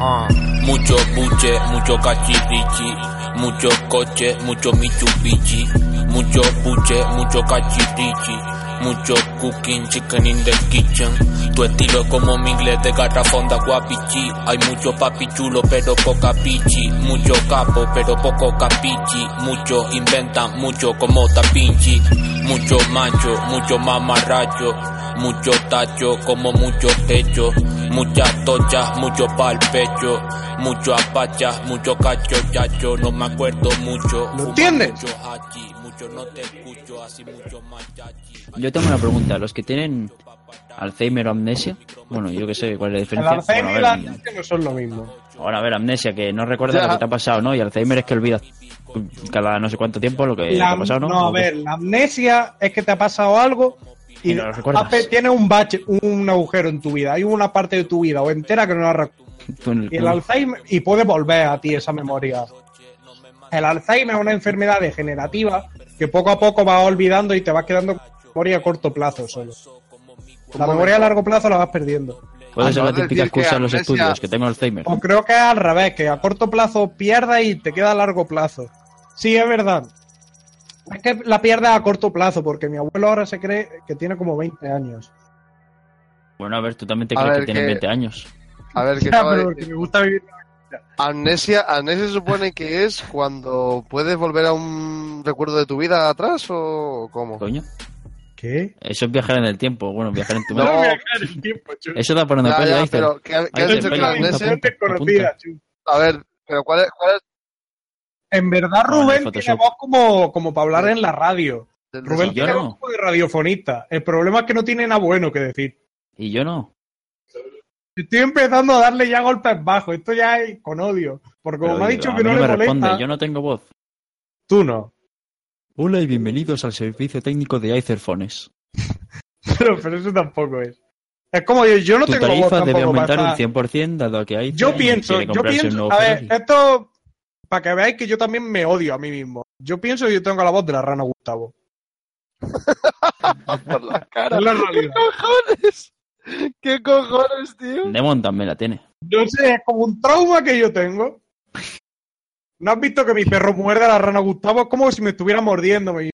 C: Ah.
K: Mucho buche, mucho cachirichi, mucho coche, mucho michubichi, mucho buche, mucho cachirichi, Mucho cooking, chicken in the kitchen. Tu estilo es como mi inglés de garrafón de aguapichi. Hay mucho papi chulo, pero poca pichi. Mucho capo, pero poco capichi. Mucho inventan, mucho como tapinchi. Mucho macho, mucho mamarracho. Mucho tacho, como mucho techo. Muchas tochas, mucho pa'l pecho. Mucho apachas, mucho cacho, chacho. No me acuerdo mucho.
C: ¿Lo entiendes?
D: Yo tengo una pregunta. Los que tienen Alzheimer o amnesia, bueno, yo que sé cuál es la
C: El
D: diferencia.
C: Alzheimer y la
D: Bueno, a ver,
C: amnesia no son lo mismo.
D: Ahora, a ver, amnesia, que no recuerda
C: Ya.
D: lo que te ha pasado, ¿no? Y Alzheimer es que olvidas cada no sé cuánto tiempo lo que
C: La-
D: Eh, te ha pasado, ¿no?
C: no, a
D: O que-
C: ver, la amnesia es que te ha pasado algo y,
D: Y no lo recuerdas.
C: ape- tiene un bache, un agujero en tu vida. Hay una parte de tu vida o entera que no la recuerdas.
D: tú en el
C: Y el
D: culo.
C: Alzheimer, y puede volver a ti esa memoria. El Alzheimer es una enfermedad degenerativa que poco a poco vas olvidando y te vas quedando con memoria a corto plazo solo. La memoria a largo plazo la vas perdiendo.
D: Puede ser la
C: Acabas de
D: típica
C: decir que
D: excusa en los
C: amnesia-
D: estudios, que tengo Alzheimer.
C: O creo que es al revés, que a corto plazo pierdes y te queda a largo plazo. Sí, es verdad. Es que la pierdes a corto plazo, porque mi abuelo ahora se cree que tiene como 20 años.
D: Bueno, a ver, tú también te
E: A
D: crees
E: ver,
D: que tienes
E: que-
D: 20 años.
E: A ver, que
C: Ya,
E: estaba
C: pero
E: de-
C: porque me gusta vivir.
E: amnesia, amnesia supone que es cuando puedes volver a un recuerdo de tu vida atrás o cómo?
D: Coño.
C: ¿Qué?
D: Eso es viajar en el tiempo, bueno, viajar en tu
E: No.
D: mente.
C: el tiempo, chulo.
D: Eso da para una
E: Ya,
D: peli,
E: ya,
D: Aizen.
E: pero que- que
D: Aizen,
E: has dicho que
D: Eh, venga,
E: la amnesia
D: apunta,
E: es
D: apunta.
C: desconocida, chulo.
E: A ver, pero ¿cuál es? Cuál es
C: En verdad,
D: No, en el
C: Rubén tiene
D: Photoshop.
C: voz como, como para hablar en la radio.
E: el de-
C: Rubén
D: Yo
C: tiene
D: no.
C: voz como de radiofonista. El problema es que no tiene nada bueno que decir.
D: Y yo no.
C: Estoy empezando a darle ya golpes bajos. Esto ya es con odio. Porque como
D: Pero
C: me ha
D: yo-
C: dicho
D: a
C: que
D: mí
C: no
D: me
C: le
D: responde,
C: molesta,
D: yo no tengo voz.
C: tú no.
D: Hola y bienvenidos al servicio técnico de Aizerfones.
C: Pero, pero eso tampoco es. Es como yo, yo no
D: tu
C: tengo voz
D: tarifa debe
C: tampoco
D: aumentar
C: para
D: un
C: estar-
D: 100% dado que Aizen
C: Yo pienso,
D: quiere
C: yo
D: comprarse un
C: pienso,
D: nuevo
C: a ver,
D: Ferrari.
C: esto para que veáis que yo también me odio a mí mismo. Yo pienso que yo tengo la voz de la rana Gustavo.
E: por la cara.
C: Es la realidad.
E: cojones? ¿Qué cojones,
C: eh,
E: tío?
D: Demon también la tiene.
C: Yo sé, es como un trauma que yo tengo. ¿No has visto que mi perro muerde a la rana Gustavo? Es como si me estuviera mordiendo. me-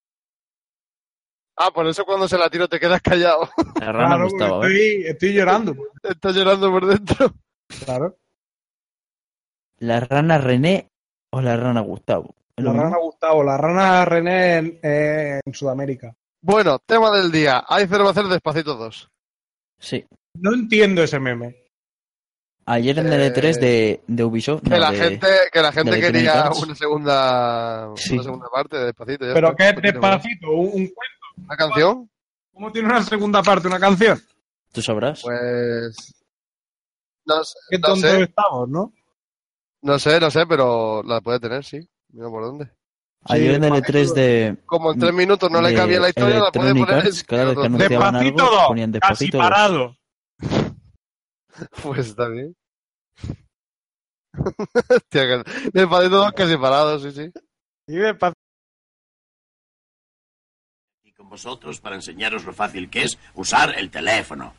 E: Ah, por eso cuando se la tiro te quedas callado.
D: La rana
C: Claro,
D: Gustavo,
C: porque
D: ¿eh?
C: estoy, estoy llorando. pues,
E: Estás llorando por dentro.
C: Claro.
D: ¿La rana René o la rana Gustavo? ¿Es
C: La
D: lo
C: rana
D: mismo?
C: Gustavo, la rana René en, eh, en Sudamérica.
E: Bueno, tema del día. Hay va a hacer despacito 2.
D: Sí.
C: No entiendo ese meme.
D: Ayer en el E3 de, de Ubisoft.
E: Que
D: no,
E: la
D: de-
E: gente, que la gente
D: de Electronic
E: quería
D: Arts.
E: una segunda,
D: Sí.
E: una segunda parte de despacito. ya
C: Pero
E: está.
C: que es
E: No tiene
C: despacito, un, un cuento.
E: más. ¿Una canción?
C: ¿Cómo tiene una segunda parte, una canción?
D: ¿Tú sabrás?
E: Pues. No, sé-
C: Qué
E: no
C: tontos
E: sé,
C: estamos, ¿no?
E: no sé, no sé, pero la puede tener, sí. Mira por dónde.
D: Ayer en el E3 de.
E: Como en tres minutos no le
D: Mm, de
E: cabía la historia, la puede
D: Electronic
E: poner.
D: Arts,
E: en
D: cada vez que
E: minutos.
D: anunciaba- Anunciaban algo,
C: Despacito dos,
D: ponían
C: casi
D: despacito dos.
C: parado.
E: Pues está bien. Hostia, que- despacito 2 casi parado, sí, sí.
C: Y despacito.
L: y con vosotros para enseñaros lo fácil que es usar el teléfono.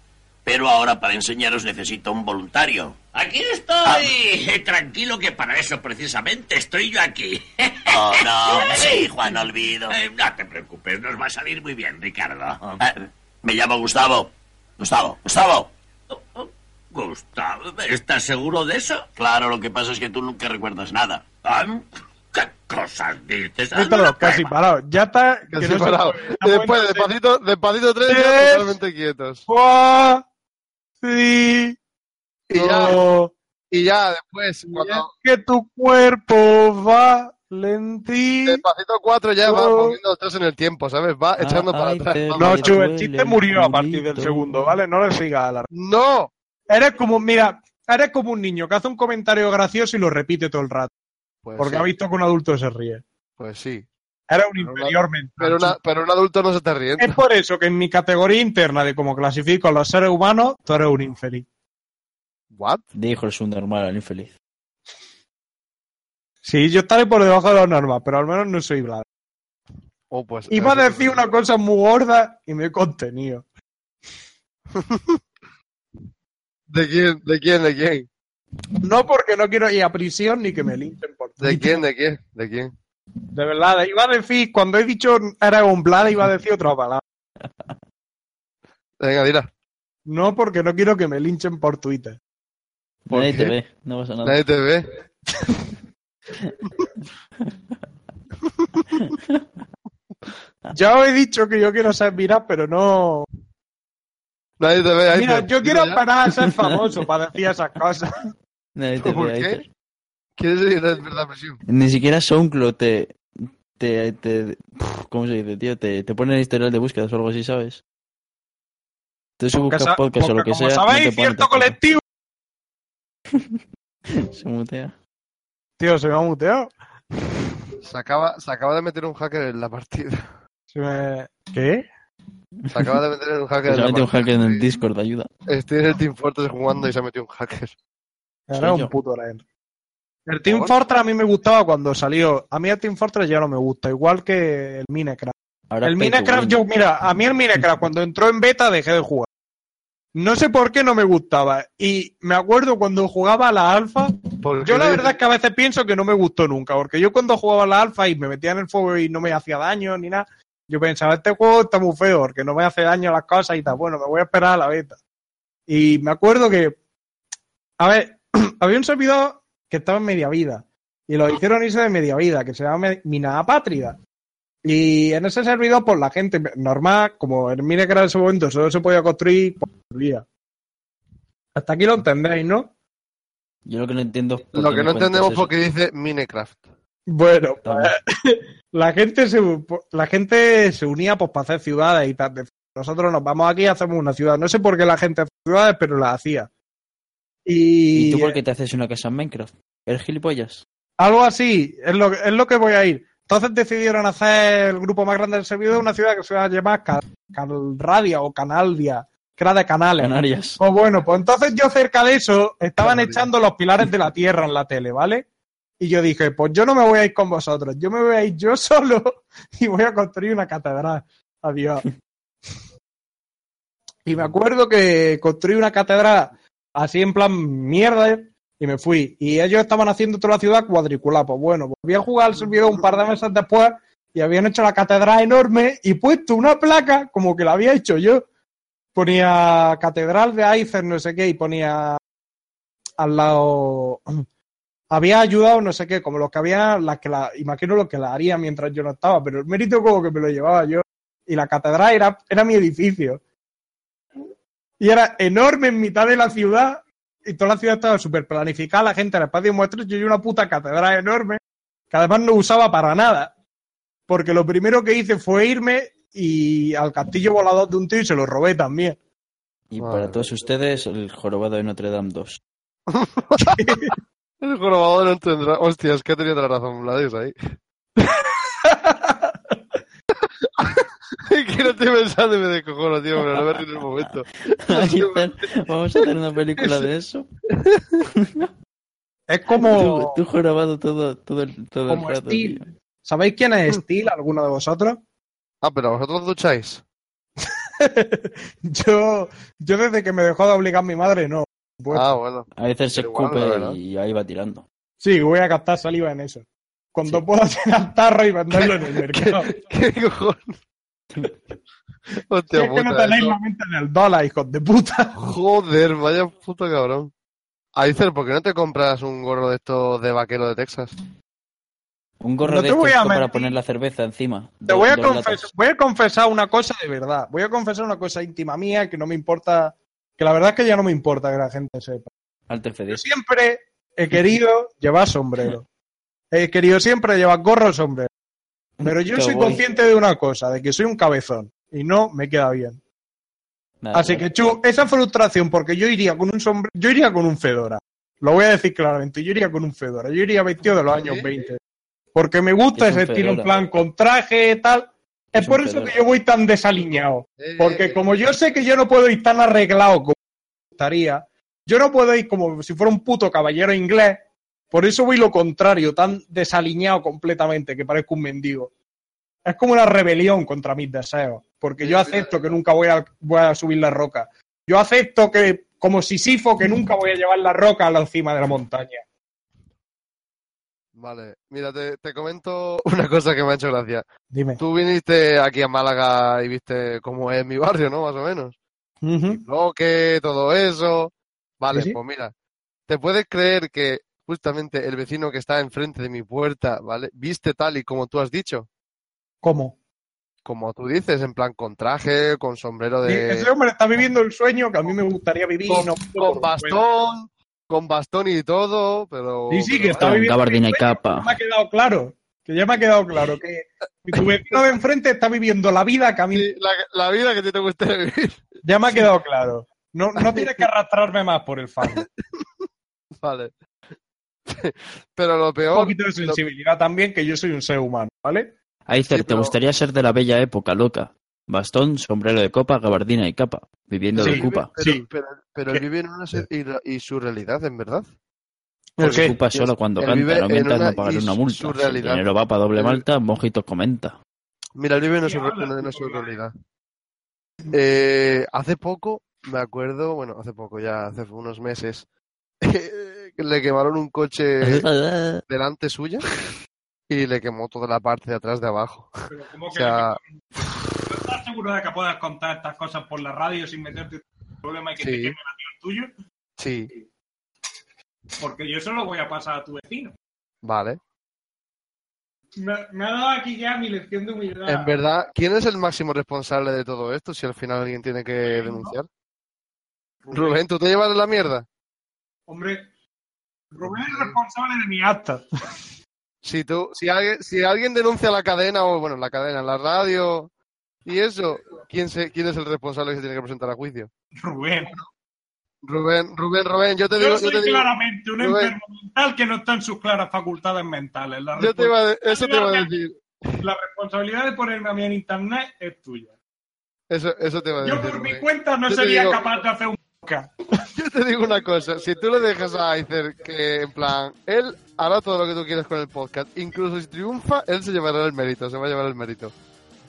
L: Pero ahora para enseñaros necesito un voluntario.
K: Aquí
L: Ah,
K: estoy.
L: tranquilo que para eso precisamente estoy yo aquí. Oh, no, sí, Juan, olvido. no te preocupes, nos va a salir muy bien, Ricardo. Eh, me llamo Gustavo. Gustavo, Gustavo. Oh, Gustavo, ¿estás seguro de eso? Claro, lo que pasa es que tú nunca recuerdas nada. ¿Qué cosas dices?
C: Despacito dos, casi parado. Ya está. que
E: Casi
C: no se
E: parado.
C: puede.
E: Y
C: Está
E: después,
C: bueno,
E: despacito, despacito 3
C: Tres.
E: ya totalmente quietos.
C: Fua, sí,
E: Y ya,
C: no,
E: y ya después,
C: y es
E: cuando.
C: que tu cuerpo va lentí.
E: Despacito 4 ya va
C: Oh.
E: moviendo los tres en el tiempo, ¿sabes? Va echando para
D: Ah, ay,
E: atrás.
D: te-
E: va-
C: No,
D: Ay,
C: Chu, el
D: duele,
C: chiste murió a partir del
D: bonito.
C: segundo, ¿vale? No le sigas a la...
E: ¡No!
C: Eres como, mira, eres como un niño que hace un comentario gracioso y lo repite todo el rato.
E: Pues
C: Porque
E: sí,
C: ha visto que un adulto se ríe.
E: Pues sí.
C: Era un
E: Pero una-
C: inferior mental.
E: Pero, una-
C: Chu.
E: pero un adulto no se está riendo.
C: Es por eso que en mi categoría interna de cómo clasifico a los seres humanos, tú eres un infeliz.
E: ¿What?
D: Dijo el subnormal al infeliz.
C: Sí, yo estaré por debajo de las normas, pero al menos no soy blando.
E: Oh, pues,
C: Iba a decir una cosa muy gorda y me he contenido.
E: ¿De quién? ¿De quién? ¿De quién?
C: No porque no quiero ir a prisión ni que me linchen por
E: ¿De
C: Twitter.
E: quién? ¿De quién? ¿De quién?
C: De verdad, iba a decir, cuando he dicho era un blada, iba a decir otra palabra.
E: Venga, dila.
C: No, porque no quiero que me linchen por Twitter.
E: ¿Por
D: Nadie te
E: qué?
D: ve, no pasa nada.
E: Nadie te ve.
C: Ya os he dicho que yo quiero ser viral, pero no.
E: Nadie te ve. ahí
C: Mira,
E: te-
C: yo quiero
E: ya.
C: parar a ser famoso para decir esas cosas.
D: Nadie te
E: ¿Por
D: ve, Aitor.
E: qué? ¿Quieres decir que no es verdad presión?
D: Ni siquiera SoundCloud te... te, te pf, ¿Cómo se dice, tío? Te, te pone en el historial de búsquedas o algo así, ¿sabes? Tú si buscas
C: sa-
D: podcast o lo
C: porque
D: que sea...
C: como
D: no
C: sabéis,
D: te pone
C: cierto colectivo.
D: tampoco. Se mutea.
C: Tío, se me ha muteado.
E: Se acaba, se acaba de meter un hacker en la partida.
C: Se me- ¿Qué?
E: Se acaba de meter un hacker
D: Se
E: en
D: ha
E: la
D: metido un
E: partida.
D: hacker en el Discord, ayuda.
E: Estoy en el Team Fortress jugando y se ha metido un hacker.
C: Era
D: yo.
C: un puto la hembra. El Team Fortress a mí me gustaba cuando salió. A mí el Team Fortress ya no me gusta, igual que el Minecraft.
D: Ahora
C: el
D: pay to
C: Minecraft,
D: win.
C: yo, mira, a mí el Minecraft cuando entró en beta dejé de jugar. No sé por qué no me gustaba. Y me acuerdo cuando jugaba a la alfa.
E: Porque
C: Yo la
E: nadie-
C: verdad es que a veces pienso que no me gustó nunca, porque yo cuando jugaba a la alfa y me metía en el fuego y no me hacía daño ni nada, yo pensaba, este juego está muy feo, porque no me hace daño las cosas y tal, bueno, me voy a esperar a la beta. Y me acuerdo que, a ver, había un servidor que estaba en media vida, y lo hicieron irse de media vida, que se llama Mina Apátrida. Y en ese servidor, pues la gente normal, como en Minecraft en ese momento solo se podía construir pues, por día. Hasta aquí lo entendéis, ¿no?
D: Yo lo que no entiendo... es por
E: Lo
D: qué
E: que no
D: cuentas
E: entendemos
D: eso.
E: porque dice Minecraft.
C: Bueno,
D: Toma.
C: la gente se la gente se unía pues para hacer ciudades y tal. Nosotros nos vamos aquí y hacemos una ciudad. No sé por qué la gente hace ciudades, pero la hacía. Y,
D: ¿Y tú por qué te haces una casa en Minecraft? ¿Eres gilipollas?
C: algo así, es lo, es lo que voy a ir. Entonces decidieron hacer el grupo más grande del servidor una ciudad que se va a llamar Ca- Calradia o Canaldia, que era de canales.
D: Canarias.
C: Pues bueno, pues entonces yo cerca de eso estaban
E: Canarias.
C: echando los pilares de la tierra en la tele, ¿vale? Y yo dije, pues yo no me voy a ir con vosotros, yo me voy a ir yo solo y voy a construir una catedral. Adiós. Y me acuerdo que construí una catedral así en plan mierda y me fui. Y ellos estaban haciendo toda la ciudad cuadriculada. Pues bueno, volví a jugar al servidor un par de meses después y habían hecho la catedral enorme y puesto una placa como que la había hecho yo ponía Catedral de Aizer, no sé qué, y ponía al lado. Había ayudado, no sé qué, como los que había, las que la, imagino los que la haría mientras yo no estaba, pero el mérito como que me lo llevaba yo. Y la catedral era, era mi edificio. Y era enorme en mitad de la ciudad, y toda la ciudad estaba súper planificada, la gente en el espacio muestra, yo y una puta catedral enorme, que además no usaba para nada porque lo primero que hice fue irme y al castillo volador de un tío y se lo robé también.
D: Y
E: Madre
D: para todos ustedes, el jorobado de Notre Dame 2.
E: El jorobado no tendrá. Hostia, es que tenía la razón Vladis ahí. que no estoy pensando y me descojono, tío, pero lo voy a decir en el momento.
D: Ethan, Vamos a hacer una película de eso.
C: Es
D: Tú,
C: como.
D: tú jorobado todo, todo el, todo el
C: Como
D: rato.
C: Steel.
D: tío.
C: ¿Sabéis quién es Steel? ¿Alguno de vosotros?
E: Ah, pero vosotros os ducháis.
C: yo, yo desde que me dejó de obligar mi madre, no. Pues,
E: Ah, bueno.
D: A veces se
E: Pero igual,
D: escupe
E: la verdad.
D: y ahí va tirando.
C: Sí, voy a gastar saliva en eso. Cuando pueda hacer altarra y venderlo en el mercado.
E: ¿Qué cojones?
C: Si
E: Hostia,
C: es que no
E: puta,
C: tenéis
E: eso.
C: la mente en el dólar, hijos de puta.
E: Joder, vaya puto cabrón. Aizer, ¿por qué no te compras un gorro de estos de vaquero de Texas?
D: Un gorro
C: No
D: de
C: te voy
D: estos
C: a
D: para
C: mentir.
D: poner la cerveza encima.
C: Te
D: Do-
C: voy a,
D: dos latas.
C: confesar, voy a confesar una cosa de verdad. Voy a confesar una cosa íntima mía que no me importa. Que la verdad es que ya no me importa que la gente sepa.
D: Al tercer día.
C: Yo siempre he querido llevar sombrero. He querido siempre llevar gorro o sombrero. Pero yo soy
D: Cowboy.
C: consciente de una cosa, de que soy un cabezón. Y no me queda bien.
D: Nada,
C: Así
D: claro.
C: que, Chu, esa frustración, porque yo iría con un sombrero, yo iría con un fedora. Lo voy a decir claramente, yo iría con un fedora. Yo iría vestido de los años 20. Porque me gusta
D: Es un
C: ese estilo en
D: fedora.
C: plan con traje y tal. Es,
D: Es un
C: por eso
D: fedora.
C: que yo voy tan desaliñado.
E: Eh,
C: Porque como yo sé que yo no puedo ir tan arreglado como me gustaría, yo no puedo ir como si fuera un puto caballero inglés, por eso voy lo contrario, tan desaliñado completamente que parezco un mendigo. Es como una rebelión contra mis deseos, porque yo acepto que nunca voy a, voy a subir la roca. Yo acepto que, como Sisifo, que nunca voy a llevar la roca a la encima de la montaña.
E: Vale, mira, te, te comento una cosa que me ha hecho gracia.
C: Dime.
E: Tú viniste aquí a Málaga y viste cómo es mi barrio, ¿no? Más o menos. y bloque, todo eso. Vale,
C: Sí, sí.
E: pues mira, ¿te puedes creer que justamente el vecino que está enfrente de mi puerta, ¿vale? Viste tal y como tú has dicho,
C: ¿Cómo?
E: como tú dices, en plan con traje, con sombrero
C: Sí,
E: de...
C: Ese hombre está viviendo el sueño que a mí me gustaría vivir. y
E: con,
C: no puedo.
E: con bastón, con bastón y todo, pero...
C: Sí, sí, que está
D: Con
C: viviendo.
D: gabardina y capa.
C: Me ha quedado claro. Que ya me ha quedado claro que tu vecino de enfrente está viviendo la vida que a mí.
E: La, la vida que a ti te gusta vivir.
C: Ya me ha quedado claro. No, no tienes que arrastrarme más por el faro.
E: Vale. Pero lo
C: Un
E: peor...
C: poquito de sensibilidad también, que yo soy un ser humano, ¿vale?
D: Aizer,
E: Sí,
D: ¿te
E: pero-
D: gustaría ser de la bella época loca? Bastón, sombrero de copa, gabardina y capa, viviendo
C: Sí,
D: de cupa.
E: Pero, pero, pero él vive en una se- y, y su realidad, en verdad.
C: ¿Por
D: Porque
C: qué?
D: ocupa Pues solo cuando
E: Él
D: canta,
E: vive
D: no
E: en
D: mientras
E: una
D: no pagar una multa. Si el
E: surrealidad.
D: dinero va para doble
E: Él-
D: malta, mojitos comenta.
E: Mira, él vive en una,
C: Sí,
E: sur-
C: habla,
E: en una
C: sí,
E: surrealidad. Eh, hace poco, me acuerdo, bueno, hace poco ya, hace unos meses, que le quemaron un coche delante suya y le quemó toda la parte de atrás de abajo.
C: Pero ¿cómo
E: O sea,
C: ¿Estás seguro de que puedas contar estas cosas por la radio sin meterte en problema y
E: que te Sí. quemen
C: a ti el tuyo?
E: sí,
C: Porque yo solo voy a pasar a tu vecino.
E: vale.
C: Me, ha dado aquí ya mi lección de humildad.
E: En verdad, ¿quién es el máximo responsable de todo esto si al final alguien tiene que denunciar? Rubén, ¿tú te llevas la mierda?
C: Hombre, Rubén es responsable de mi acta.
E: Si tú, si alguien, si alguien denuncia la cadena, o bueno, la cadena, la radio y eso, ¿quién, se, ¿quién es el responsable que se tiene que presentar a juicio?
C: Rubén.
E: Rubén, Rubén, Rubén, yo te digo,
C: Yo
E: yo
C: soy
E: te digo,
C: claramente un
E: Rubén.
C: enfermo mental que no está en sus claras facultades mentales. La,
E: yo te iba a de- eso te iba a
C: Rubén.
E: decir,
C: la responsabilidad de ponerme a mí en internet es tuya.
E: eso, eso te iba a decir.
C: Yo por mi
E: Rubén.
C: cuenta no
E: Yo te
C: sería
E: digo-
C: capaz de hacer un podcast.
E: Yo te digo una cosa, si tú le dejas a Aizer que, en plan, él hará todo lo que tú quieras con el podcast, incluso si triunfa, él se llevará el mérito, se va a llevar el mérito.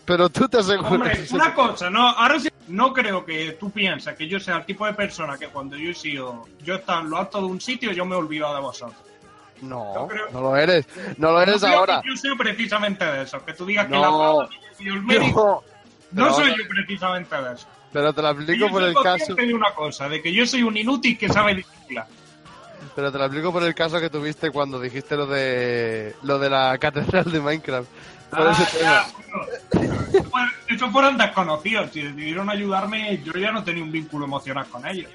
E: Pero tú te aseguras
C: Hombre,
E: que se-
C: una cosa, no, ahora sí, no creo que tú pienses que yo sea el tipo de persona que cuando yo he sido, yo he estado en los actos de un sitio, yo me he olvidado de vosotros.
E: No,
C: creo-
E: no lo eres, no lo eres
C: no creo
E: ahora.
C: que yo soy precisamente de eso, que tú digas que
E: No.
C: la palabra y el mérito,
E: No,
C: no,
E: pero
C: soy
E: ahora-
C: yo precisamente de eso.
E: pero te lo
C: yo
E: aplico por
C: soy
E: el
C: consciente
E: caso.
C: de una cosa, de que yo soy un inútil que sabe disimular.
E: Pero te lo explico por el caso que tuviste cuando dijiste lo de lo de la catedral de Minecraft. Por
C: Ah,
E: ese tema.
C: ya, bueno. Bueno, Estos fueron desconocidos. Si decidieron ayudarme, yo ya no tenía un vínculo emocional con ellos.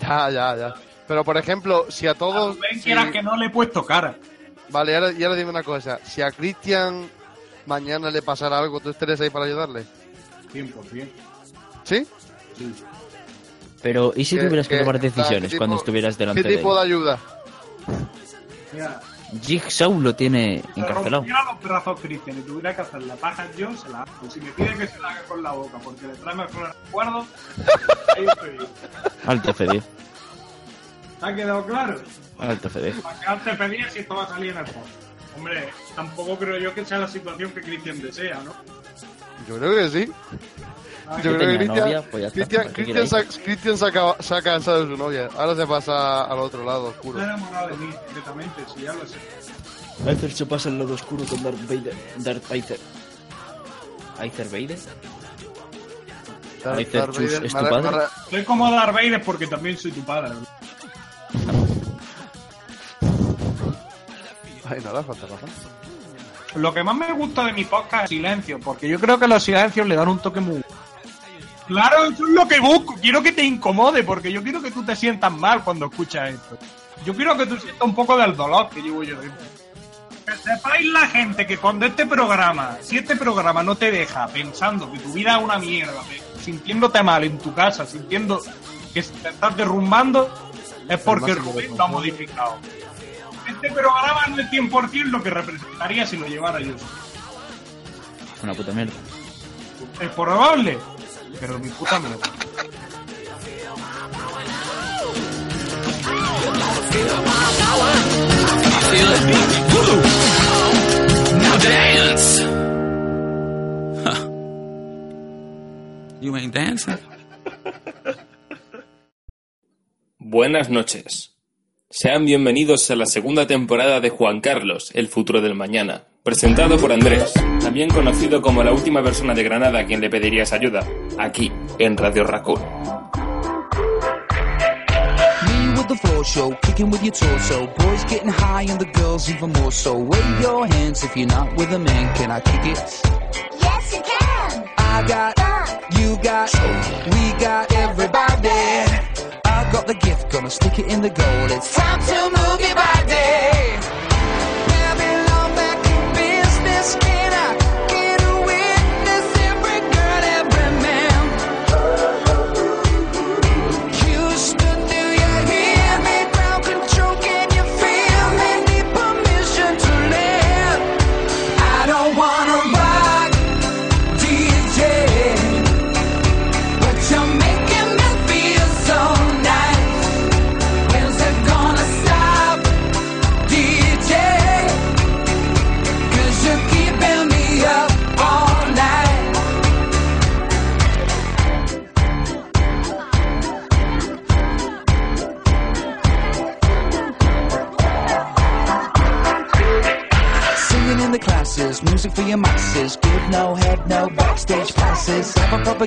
E: Ya, ya, ya. Pero por ejemplo, si a
C: A
E: todos.
C: Rubén,
E: si-
C: quieras que no, le he puesto cara.
E: Vale, y ahora, y ahora dime una cosa. Si a Cristian mañana le pasara algo, ¿tú estarías ahí para ayudarle?
C: 100%.
E: ¿Sí?
D: Pero, ¿y si
E: ¿Qué-
D: tuvieras que
E: qué-
D: tomar
E: qué
D: decisiones
E: tipo-
D: cuando estuvieras delante
E: ¿Qué
D: de él?
E: tipo de ayuda?
C: Mira,
D: Jigsaw lo tiene
C: me
D: encarcelado.
C: rompiera los brazos Cristian y tuviera que hacer la paja yo, se la hago. Si me pide que se la haga con la boca porque detrás me fuera de acuerdo, ahí estoy yo.
D: Alto FD,
C: ¿Te ha quedado claro?
D: alto FD.
C: ¿Para qué antes pedías si esto va a salir en el post? Hombre, tampoco creo yo que sea la situación que Cristian desea, ¿no?
E: Yo creo que sí.
C: Ah,
E: Yo
D: Yo
E: creo
D: tenía
E: que Cristian-
D: novia, pues ya está,
E: Cristian
D: ¿para qué
E: Cristian
D: quiero
E: sa- Cristian se ha ca- se ha cansado de su novia. Ahora se pasa al otro lado oscuro.
C: Está enamorado de mí, directamente, si ya lo sé.
D: Aizer se pasa al lado oscuro con Darth Vader. Darth Aizer. ¿Aizer Vader? Aizer
E: Darth
D: Chus,
E: Vader,
D: ¿es tu
E: Mara-
D: padre?
E: Mara-
C: Soy como Darth Vader porque también soy tu padre. ¿no?
E: Ay, nada, falta razón.
C: Lo que más me gusta de mi podcast es silencio, porque yo creo que los silencios le dan un toque muy... Claro, eso es lo que busco. Quiero que te incomode, porque yo quiero que tú te sientas mal cuando escuchas esto. Yo quiero que tú sientas un poco del dolor que llevo yo dentro. Que sepáis la gente que cuando este programa, si este programa no te deja pensando que tu vida es una mierda, pe- sintiéndote mal en tu casa, sintiendo que te estás derrumbando, es porque
E: máximo
C: Rubén lo ha
E: responsable.
C: modificado. Este programa no es 100% lo que representaría si lo llevara yo.
D: Una puta mierda.
C: Es probable, pero mi puta mierda.
A: Now dance. Huh. You ain't dancing.
B: Buenas noches. Sean bienvenidos a la segunda temporada de Juan Carlos, el futuro del mañana,
K: presentado por Andrés, también conocido como la última persona de Granada a quien le pedirías ayuda, aquí en Radio Raccoon.
J: Me with the floor show, kicking with your torso. Boys getting high and the girls even more so. Wave your hands if you're not with a man. Can I kick it?
M: Yes, you can.
J: I got, you got, we got everybody. I got the gift, gonna stick it in the goal. It's time to move your body. Babylon back in business. Can I get a witness? Every girl, every man. Houston, do you hear me? Ground control, can you feel me? Need permission to live. I don't wanna rock. DJ, but you're making me feel so nice. When's it gonna stop, DJ? 'Cause you're keeping me up all night. Singing in the classes, music for your masses. Good, no head, no backstage passes. Have a proper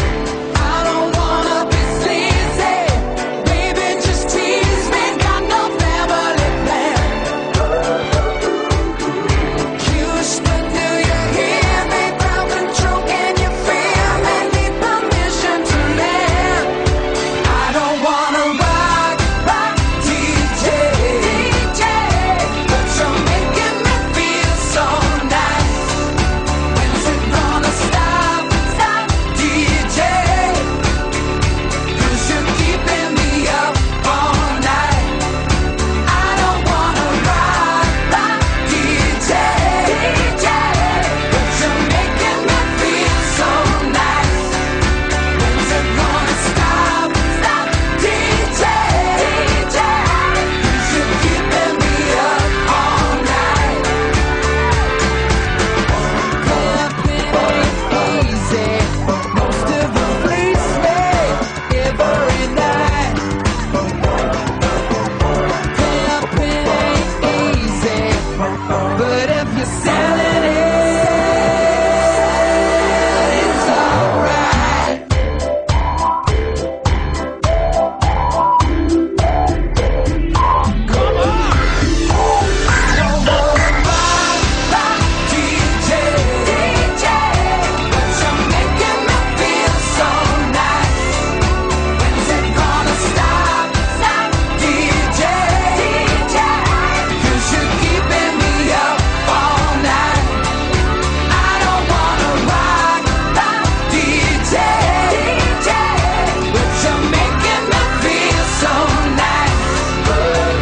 J: I don't wanna be sleazy. Baby, just tease me. Got no family plan. Houston, do you hear me? Ground control, can you feel me? Need permission to live. I don't wanna rock, rock, DJ, DJ, but you're making me feel so nice. When's it gonna stop, stop, DJ? 'Cause you're keeping me up all night. I don't wanna rock, rock, DJ, DJ, but you're making me feel so nice. When's it gonna stop, stop, DJ, DJ? 'Cause you're keeping me up all night. Clubbing is easy, most of it flees me every night. Clubbing ain't easy, but if you're selling it, it's alright. Come on! Don't worry about DJ, DJ, but you're making me feel so nice. When's it gonna stop, stop, DJ, DJ? 'Cause you're keeping me up all night. I don't wanna rock, rock, DJ, DJ, but you're making me feel so nice.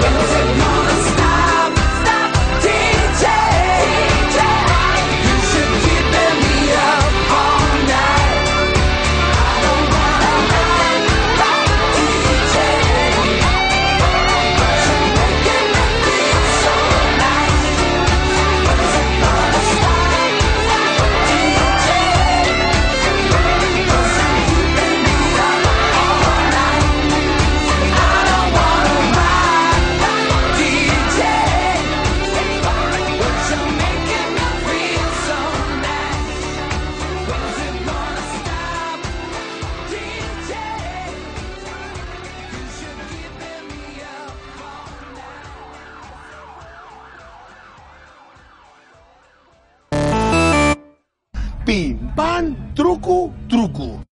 J: When's it gonna stop, stop, DJ, DJ? 'Cause you're keeping me up all night. I don't wanna rock, rock, DJ.
H: Pim, pan, truco, truco.